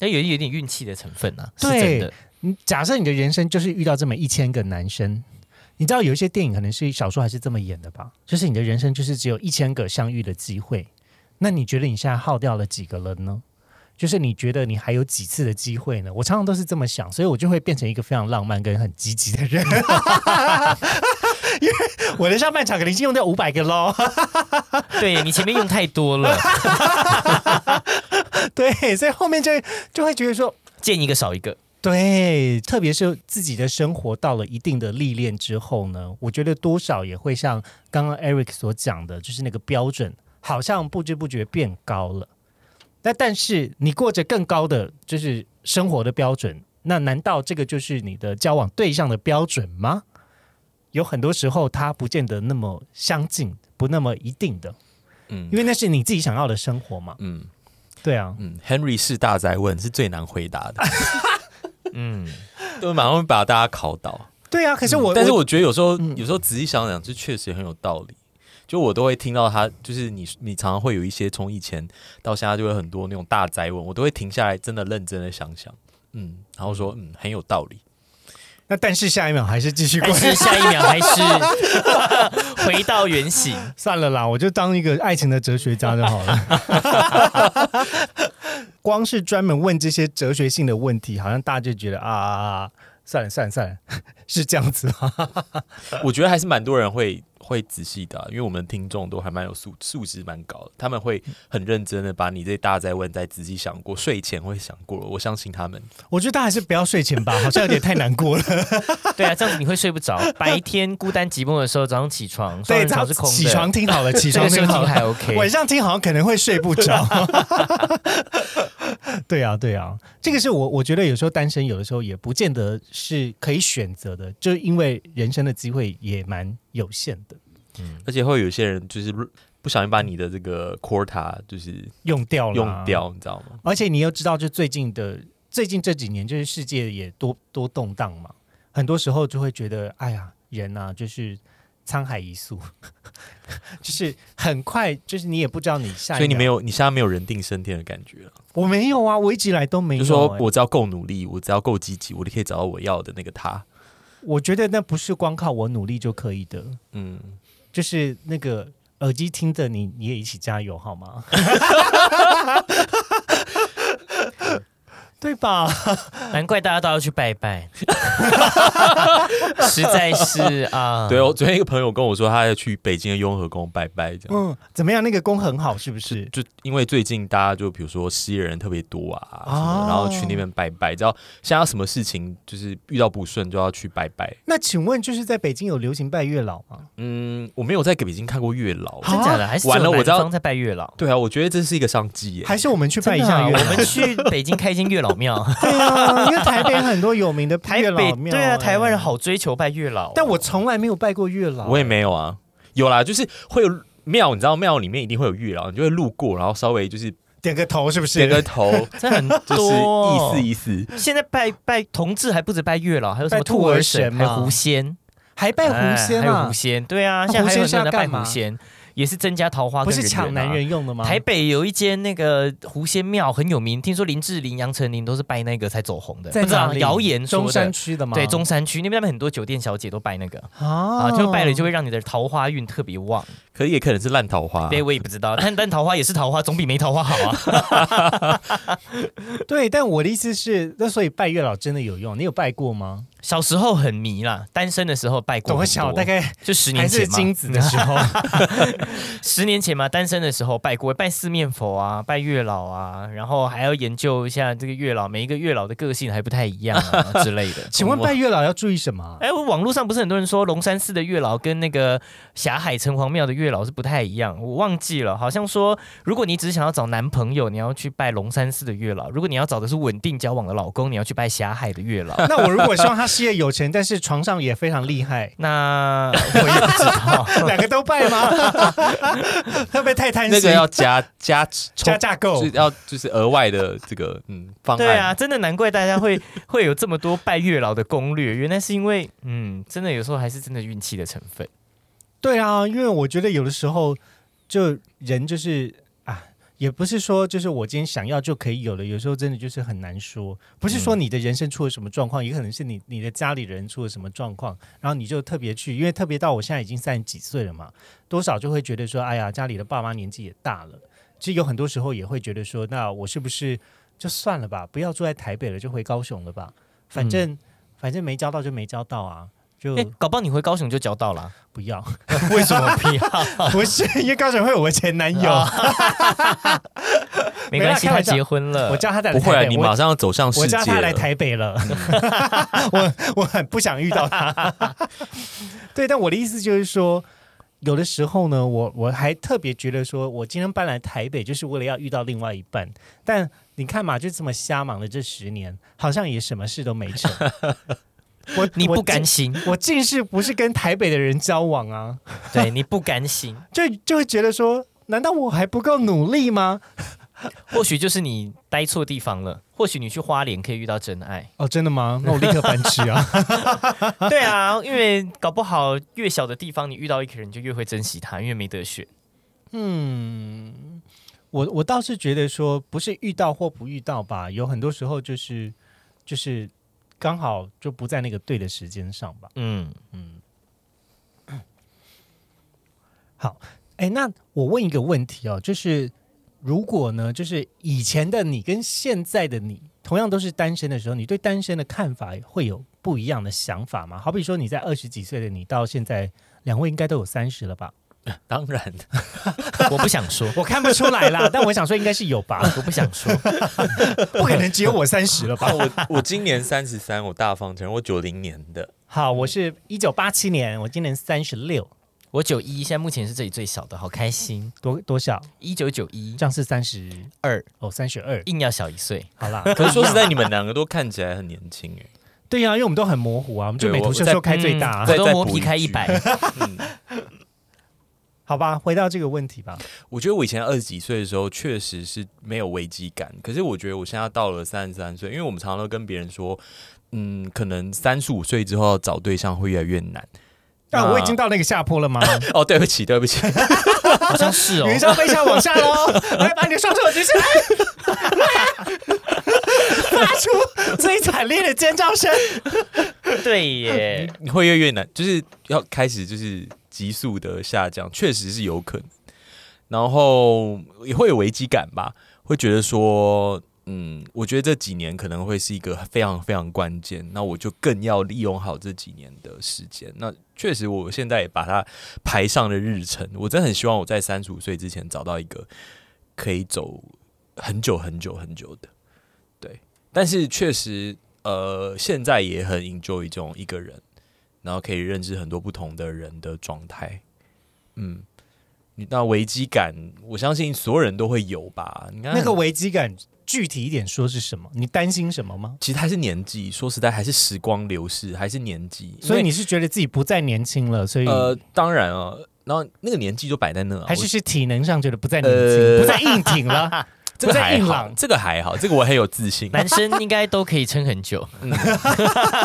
S3: 那有有点运气的成分啊，是
S1: 对
S3: 真的。
S1: 你假设你的人生就是遇到这么一千个男生，你知道有一些电影可能是小说还是这么演的吧？就是你的人生就是只有一千个相遇的机会，那你觉得你现在耗掉了几个了呢？就是你觉得你还有几次的机会呢？我常常都是这么想，所以我就会变成一个非常浪漫跟很积极的人。因 为我的上半场肯定是用掉五百个喽，
S3: 对你前面用太多了，
S1: 对，所以后面就就会觉得说，
S3: 见一个少一个。
S1: 对，特别是自己的生活到了一定的历练之后呢，我觉得多少也会像刚刚 Eric 所讲的，就是那个标准好像不知不觉变高了。那但是你过着更高的就是生活的标准，那难道这个就是你的交往对象的标准吗？有很多时候它不见得那么相近，不那么一定的，
S2: 嗯
S1: 因为那是你自己想要的生活嘛。
S2: 嗯
S1: 对啊，
S2: 嗯，Henry 是大灾问是最难回答 的，
S3: 嗯，
S2: 都马上会把大家考倒。
S1: 对啊。可是我，
S2: 嗯但是我觉得有时候，有时候仔细想想，这确实很有道理。就我都会听到他，就是你，你常常会有一些从以前到现在就会很多那种大灾问，我都会停下来，真的认真的想想，嗯，然后说，嗯，很有道理。
S1: 那但是下一秒还是继 续过
S3: 但
S2: 哎
S3: 是下一秒还 是回到原形。
S1: 算了啦，我就当一个爱情的哲学家就好了。 光是专门问这些哲学性的问题，好像大家就觉得啊，算了算了算了，是这样子吗？
S2: 我觉得还是蛮多人会会仔细的啊、因为我们听众都还蛮有素素质蛮高的，他们会很认真的把你这大灾问再仔细想过，睡前会想过，我相信他们。
S1: 我觉得大家还是不要睡前吧，好像有点太难过了。
S3: 对啊，这样子你会睡不着。白天孤单寂寞的时候，早上起床，双
S1: 对，
S3: 人
S1: 早
S3: 床是空的，
S1: 起床听好了，起
S3: 这
S1: 床
S3: 个设
S1: 听好
S3: 定
S1: 了。
S3: 还 OK。
S1: 晚上听好像可能会睡不着。 对啊，对啊，这个是我我觉得有时候单身有的时候也不见得是可以选择的，就因为人生的机会也蛮有限的，
S2: 而且会有些人就是不小心把你的这个 quota 就是
S1: 用掉了，啊
S2: 用掉，你知道吗？
S1: 而且你又知道，就最近的最近这几年，就是世界也多多动荡嘛，很多时候就会觉得，哎呀，人啊，就是沧海一粟， 就是很快，就是你也不知道你下一秒，
S2: 所以你没有，你现在没有人定胜天的感觉了。
S1: 我没有啊，我一直以来都没有、
S2: 就说
S1: 哎
S2: 我只要够努力，我只要够积极，我就可以找到我要的那个他。
S1: 我觉得那不是光靠我努力就可以的，
S2: 嗯，
S1: 就是那个耳机听着你，你也一起加油好 吗？对吧？
S3: 难怪大家都要去 拜拜，实在是
S1: 嗯
S3: 啊。
S2: 对，哦我昨天一个朋友跟我说，他要去北京的雍和宫拜拜，这样。
S1: 嗯，怎么样？那个功很好，是不是？
S2: 就因为最近大家就比如说失业人特别多啊，什
S1: 哦
S2: 么的然后去那边拜拜，只要现在什么事情就是遇到不顺就要去拜拜。
S1: 那请问，就是在北京有流行拜月老吗？
S2: 嗯，我没有在北京看过月老，
S3: 真假的还是
S2: 完了我知道
S3: 在拜月老。
S2: 对啊，我觉得这是一个商机耶。
S1: 还是我们去拜一
S3: 真的啊
S1: 下月老？
S3: 我们去北京开一间月老 庙，
S1: 对啊，因为台北很多有名的
S3: 台
S1: 月
S3: 北
S1: 老庙、
S3: 对啊，台湾人
S1: 哎，
S3: 好追求拜月老哦、
S1: 但我从来没有拜过月老。
S2: 我也没有啊，有啦，就是会有庙，你知道庙里面一定会有月老，你就会路过，然后稍微就是
S1: 点个头，是不是？
S2: 点个头，
S3: 这很
S2: 就是
S3: 多
S2: 意思意思。
S3: 现在拜拜同志还不止拜月老，还有什么
S1: 拜兔
S3: 兔
S1: 儿
S3: 神、
S1: 神
S3: 还有
S1: 嘛
S3: 狐仙、
S1: 还拜狐仙
S3: 哎还有
S1: 啊
S3: 狐？仙，对啊，
S1: 那
S3: 现在还有
S1: 狐仙
S3: 很
S1: 是
S3: 多
S1: 要
S3: 人在拜
S1: 干嘛
S3: 狐仙，也是增加桃花
S1: 不是
S3: 跟人缘啊，
S1: 抢男人用的吗？
S3: 台北有一间那个狐仙庙很有名，听说林志玲、杨丞琳都是拜那个才走红的，
S1: 在
S3: 不知道
S1: 哪里
S3: 谣言说
S1: 中
S3: 的
S1: 山区的吗？
S3: 对中山区那边他们很多酒店小姐都拜那个。
S1: 啊
S3: 啊，就拜了就会让你的桃花运特别旺，
S1: 哦
S2: 可也可能是烂桃花、
S3: 对，我也不知道，但 但桃花也是桃花，总比没桃花好啊。
S1: 对，但我的意思是，那所以拜月老真的有用？你有拜过吗？
S3: 小时候很迷啦，单身的时候拜过很多，
S1: 我小大概
S3: 就十
S1: 还
S3: 年
S1: 是
S3: 前嘛
S1: 金，子的时 候，
S3: 十年前嘛，单身的时候拜过，拜四面佛啊，拜月老啊，然后还要研究一下这个月老，每一个月老的个性还不太一样 啊之类的。
S1: 请问拜月老要注意什么 啊？
S3: 哎，我网络上不是很多人说龙山寺的月老跟那个霞海城隍庙的月老是不太一样，我忘记了，好像说如果你只是想要找男朋友，你要去拜龙山寺的月老；如果你要找的是稳定交往的老公，你要去拜霞海的月老。，
S1: 那我如果希望他事业有成，但是床上也非常厉害
S3: 那 我也不知道，
S1: 两个都拜吗？会不会太贪心？
S2: 那个要 加加加
S1: 加架构
S2: 就是，要就是额外的这个嗯方案。
S3: 对啊，真的难怪大 家会会有这么多拜月老的攻略，原来是因为嗯，真的有时候还是真的运气的成分。
S1: 对啊，因为我觉得有的时候就人就是啊，也不是说就是我今天想要就可以有了，有时候真的就是很难说。不是说你的人生出了什么状况，也可能是你你的家里人出了什么状况，然后你就特别去，因为特别到我现在已经三十几岁了嘛，多少就会觉得说，哎呀，家里的爸妈年纪也大了，其实有很多时候也会觉得说，那我是不是就算了吧，不要住在台北了，就回高雄了吧，反正、反正没交到就没交到啊。就
S3: 哎、搞不好你回高雄就交到了、啊
S1: 不 要，
S3: 为什么不 要？
S1: 不是，因为高雄会有我前男友，
S2: 啊
S3: 没关系，
S1: 没啦开
S3: 他
S1: 玩笑
S3: 结婚了。
S1: 我叫他来
S2: 不会啊，
S1: 台
S2: 你
S1: 北，
S2: 马
S1: 我
S2: 上要走上世
S1: 我
S2: 界
S1: 叫他
S2: 了
S1: 来 台北了， 我我很不想遇到他。 对，但我的意思就是说，有的时候呢，我我还特别觉得说，我今天搬来台北就是为了要遇到另外一半，但你看嘛，就这么瞎忙的这十年，好像也什么事都没 成。我
S3: 你不，
S1: 我
S3: 甘
S1: 尽
S3: 心，
S1: 我竟是不是跟台北的人交往啊？
S3: 对你不甘心，
S1: 就就会觉得说，难道我还不够努力吗？。
S3: 或许就是你待错地方了，或许你去花莲可以遇到真爱
S1: 哦，真的吗？那我立刻搬去啊！
S3: 对啊，因为搞不好越小的地方，你遇到一个人就越会珍惜他，因为没得选。
S1: 我我倒是觉得说，不是遇到或不遇到吧，有很多时候就是就是刚好就不在那个对的时间上吧。
S3: 嗯，
S1: 哎，那我问一个问题哦，就是如果呢，就是以前的你跟现在的你，同样都是单身的时候，你对单身的看法会有不一样的想法吗？好比说，你在二十几岁的你到现在，两位应该都有三十了吧？
S2: 当然，
S3: 我不想说，
S1: 我看不出来啦，但我想说应该是有吧，
S3: 我不想 说。
S1: 不可能只有我三十了吧？
S2: 我我今年三十三，我大方承认，我九零年的，
S1: 好，我是一九八七年，我今年三十六，
S3: 我九一，现在目前是这里最小的，好开心。
S1: 多多小，
S3: 一九九一
S1: 这样是三十
S3: 二，
S1: 哦，三十二，
S3: 硬要小一岁。
S1: 好啦。
S2: 可是啊说实在，你们两个都看起来很年轻哎、
S1: 对呀、因为我们都很模糊啊，我们就
S2: 对
S1: 美图
S2: 我
S1: 秀
S2: 在
S1: 秀开最大、啊
S3: 嗯
S2: 再
S3: 我
S2: 再
S3: 都磨
S2: 补
S3: 皮
S2: 一
S3: 开一
S2: 句
S3: 百。
S1: 好吧？回到这个问题吧，
S2: 我觉得我以前二十几岁的时候，确实是没有危机感。可是我觉得我现在到了三十三岁，因为我们常常都跟别人说，嗯，可能三十五岁之后要找对象会越来越难。
S1: 但、
S2: 那
S1: 啊我已经到那个下坡了吗？
S2: 哦，对不起，对不起，
S3: 好像是哦
S1: 云。霄飞车往下喽，来把你的双手举起来， 发出最惨烈的尖叫声。
S3: 对 耶，
S2: 会越来越难，就是要开始就是急速的下降，确实是有可能。然后也会有危机感吧，会觉得说，嗯，我觉得这几年可能会是一个非常非常关键，那我就更要利用好这几年的时间。那确实，我现在也把它排上了日程。我真的很希望我在三十五岁之前找到一个可以走很久很久很久的，对。但是确实，呃，现在也很 enjoy 这种一个人，然后可以认识很多不同的人的状态。嗯，你那危机感，我相信所有人都会有吧？你看
S1: 那个危机感，具体一点说是什么？你担心什么吗？
S2: 其实还是年纪，说实在还是时光流逝，还是年纪。因为
S1: 所以你是觉得自己不再年轻了，所以、
S2: 呃，当然啊，然后那个年纪就摆在那啊，
S1: 还是
S2: 我
S1: 是体能上觉得不再年轻，
S2: 呃
S1: 不再硬挺了。
S2: 这个
S1: 不再
S2: 还
S1: 硬
S2: 好，
S1: 朗
S2: 这个还好，这个我很有 自信，
S3: 男生应该都可以撑很久。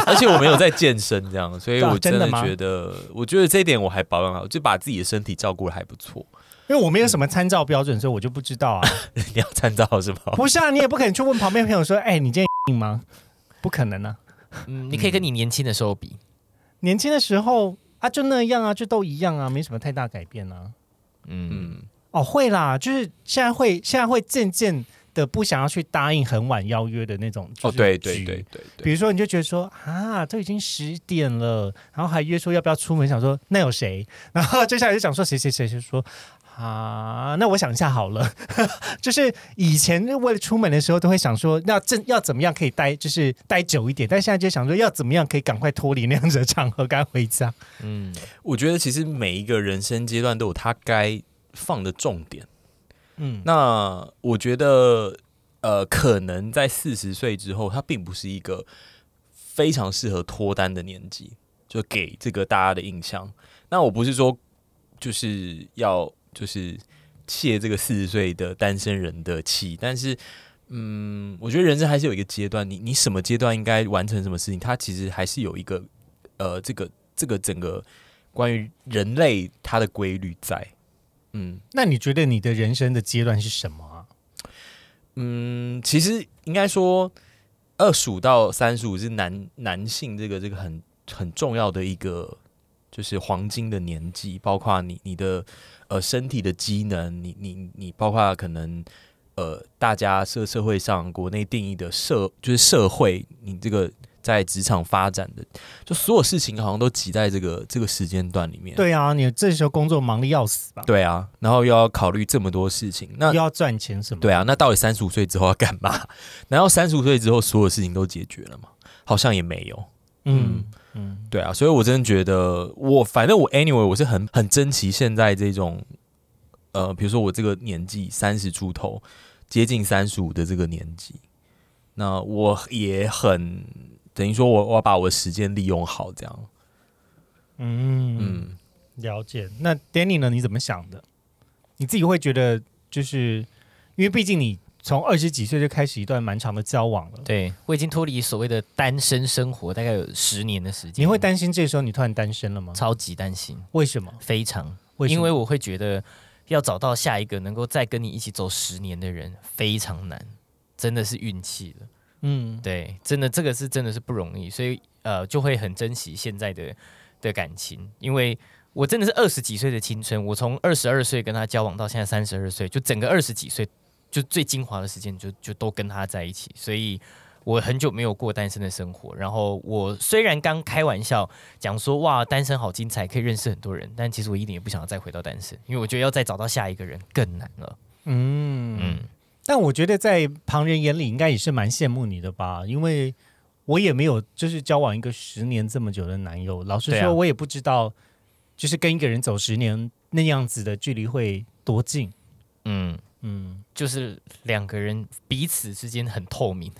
S2: 而且我没有在健身这样，所以
S1: 啊
S2: 我真
S1: 真
S2: 的
S1: 的吗
S2: 觉得，我觉得这一点我还保养好，就把自己的身体照顾的还不错。
S1: 因为我没有什么参照标准，所以我就不知 道啊。
S2: 你要参照是吗？
S1: 不是啊，你也不可能去问旁边朋友说：“哎、你今天硬吗？”不可能啊。
S3: 嗯，你可以跟你年轻的时候比。
S1: 年轻的时候啊，就那样啊，就都一样啊，没什么太大改变啊。
S3: 嗯，
S2: 嗯，
S1: 哦，会啦，就是现在会，现在会渐渐的不想要去答应很晚邀约的那种。就
S2: 哦，
S1: 是
S2: 对对
S1: 局
S2: 对对
S1: 比
S2: 对，
S1: 如说，你就觉得说啊，都已经十点了，然后还约说要不要出门，想说那有谁， 然后接下来就想说谁谁谁就说啊，那我想一下好了。就是以前为了出门的时候，都会想说要正要怎么样可以待，就是待久一点，但现在就想说要怎么样可以赶快脱离那样子的场合， 赶快回家。
S2: 我觉得其实每一个人生阶段都有他该放的重点。
S1: 嗯，
S2: 那我觉得，呃，可能在四十岁之后，它并不是一个非常适合脱单的年纪，就给这个大家的印象。那我不是说就是要就是泄这个四十岁的单身人的气，但是嗯，我觉得人生还是有一个阶段，你你什么阶段应该完成什么事情，它其实还是有一个呃，这个这个整个关于人类它的规律在。嗯
S1: 那你觉得你的人生的阶段是什么啊？
S2: 嗯，其实应该说二十五到三十五是男男性这个这个很很重要的一个就是黄金的年纪，包括你你的呃身体的机能，你你你包括可能呃大家社社会上国内定义的社就是社会，你这个在职场发展的，就所有事情好像都挤在这个这个时间段里面。
S1: 对啊，你这时候工作忙的要死吧，
S2: 对啊，然后又要考虑这么多事情，那
S1: 又要赚钱什么？
S2: 对啊，那到底三十五岁之后要干嘛？ 难道三十五岁之后所有事情都解决了吗？好像也没有。
S1: 嗯嗯，
S2: 对啊，所以我真的觉得我，反正我 anyway 我是很很珍惜现在这种，呃，比如说我这个年纪三十出头，接近三十五的这个年纪，那我也很等于说我我要把我的时间利用好，这样。
S1: 嗯嗯，
S2: 嗯，
S1: 了解。那 Danny 呢？你怎么想的？你自己会觉得，就是因为毕竟你从二十几岁就开始一段蛮长的交往了，
S3: 对我已经脱离所谓的单身生活，大概有十年的时间。
S1: 你会担心这时候你突然单身了吗？
S3: 超级担心，
S1: 为什么？
S3: 非常，
S1: 为什么
S3: 因为我会觉得要找到下一个能够再跟你一起走十年的人非常难，真的是运气了。
S1: 嗯，
S3: 对，真的这个是真的是不容易，所以呃就会很珍惜现在的的感情，因为我真的是二十几岁的青春，我从二十二岁跟他交往到现在三十二岁，就整个二十几岁就最精华的时间就就都跟他在一起，所以。我很久没有过单身的生活，然后我虽然刚开玩笑讲说哇单身好精彩，可以认识很多人，但其实我一点也不想要再回到单身，因为我觉得要再找到下一个人更难了。
S1: 嗯
S3: 嗯，
S1: 但我觉得在旁人眼里应该也是蛮羡慕你的吧，因为我也没有就是交往一个十年这么久的男友，老实
S3: 对啊
S1: 说，我也不知道，就是跟一个人走十年那样子的距离会多近。
S3: 嗯，
S1: 嗯，
S3: 就是两个人彼此之间很透明，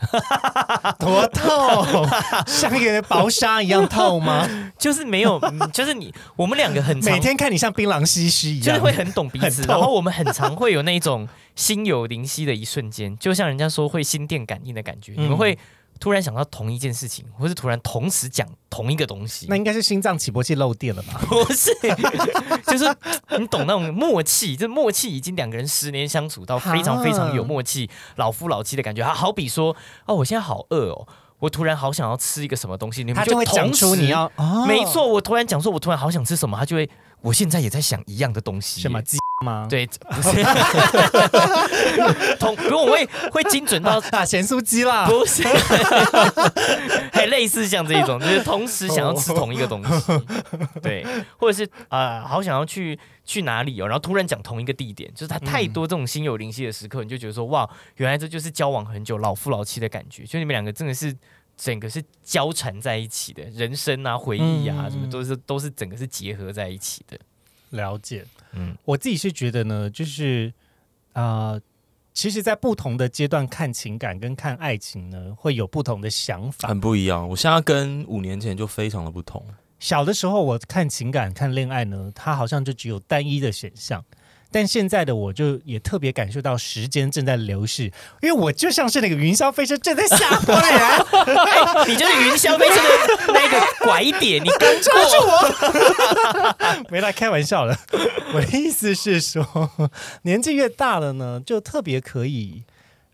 S1: 多透， 像一个薄纱一样透吗？
S3: 就是没有，嗯就是你我们两个很常
S1: 每天看你像槟榔西施一
S3: 就是
S1: 样，
S3: 会很懂彼 此，
S1: 很痛
S3: 然后我们很常会有那种心有灵犀的一瞬间，就像人家说会心电感应的感觉，
S1: 嗯
S3: 你们会突然想到同一件事情，或是突然同时讲同一个东西
S1: 那。应该是心脏起搏器漏电了吧？
S3: 不是， 就是你懂那种默契，这默契已经两个人十年相处到非常非常有默契，
S1: 啊
S3: 老夫老妻的感觉。好好比说，哦，我现在好饿哦，我突然好想要吃一个什么东西，你们
S1: 他就会讲
S3: 同时
S1: 出你要，哦
S3: 没错，我突然讲说，我突然好想吃什么，他就会，我现在也在想一样的东西耶。
S1: 什么鸡吗？，
S3: 对，不是， 同，比如我会会精准到，
S1: 打啊咸酥鸡啦。
S3: 不是，啊 还类似像这一种，就是同时想要吃同一个东西， 对，或者是啊、呃好想要去去哪里哦，然后突然讲同一个地点，就是他太多这种心有灵犀的时刻，你就觉得说，哇，原来这就是交往很久老夫老妻的感觉，就你们两个真的是。整个是交缠在一起的，人生啊、回忆啊，
S1: 嗯
S3: 什么
S1: 嗯
S3: 都是都是整个是结合在一起的。
S1: 了解，嗯
S3: 嗯，
S1: 我自己是觉得呢，就是啊、呃其实，在不同的阶段看情感跟看爱情呢，会有不同的想法。
S3: 嗯
S2: 很不一样。我现在跟五年前就非常的不同。
S1: 小的时候，我看情感、看恋爱呢，它好像就只有单一的选项。但现在的我就也特别感受到时间正在流逝，因为我就像是那个云霄飞车正在下坡的人，
S3: 哎 你就是云霄飞车的那个拐点，你刚 过。
S1: 没来开玩笑了。我的意思是说， 年纪越大了呢，就特别可以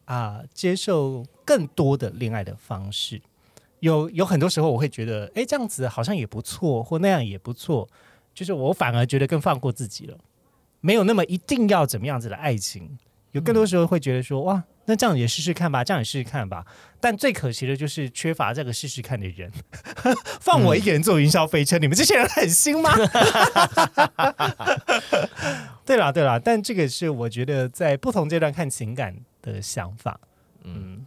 S1: 啊、接受更多的恋爱的方式。有有很多时候，我会觉得，哎，这样子好像也不错，或那样也不错。就是我反而觉得更放过自己了，没有那么一定要怎么样子的爱情。有更多时候会觉得说，哇，那这样也试试看吧，这样也试试看吧。但最可惜的就是缺乏这个试试看的人。 放我一个人坐云霄飞车，你们这些人狠心吗？对啦，对啦，但这个是我觉得在不同阶段看情感的想法。嗯，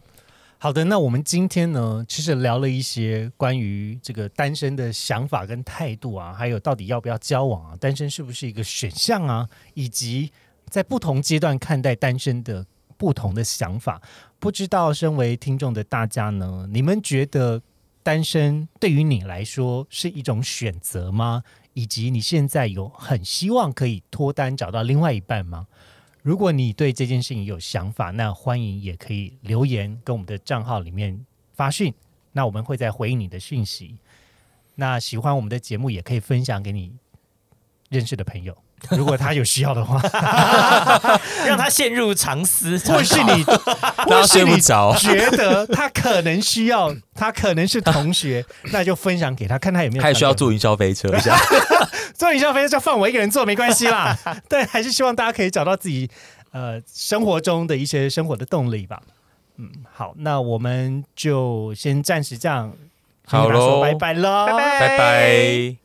S1: 好的，那我们今天呢，其实聊了一些关于这个单身的想法跟态度啊，还有到底要不要交往啊，单身是不是一个选项啊，以及在不同阶段看待单身的不同的想法。不知道身为听众的大家呢，你们觉得单身对于你来说是一种选择吗？以及你现在有很希望可以脱单找到另外一半吗？如果你对这件事情有想法，那欢迎也可以留言跟我们的账号里面发讯，那我们会再回应你的讯息。那喜欢我们的节目，也可以分享给你认识的朋友，如果他有需要的 话，
S3: 让他陷入长思。
S1: 或是你，
S2: 大
S1: 或
S2: 家
S1: 是
S2: 睡不
S1: 你。
S2: 着
S1: 觉得他可能需要，他可能是同学，那就分享给他，看他有没有。
S2: 他也需要，坐云霄飞车一下，
S1: 做营销飞就放我一个人做没关系啦。 但还是希望大家可以找到自己呃生活中的一些生活的动力吧。嗯，好，那我们就先暂时这样，
S2: 好
S1: 跟大家说
S2: 喽
S1: 拜拜喽，
S3: 拜 拜
S2: 拜拜。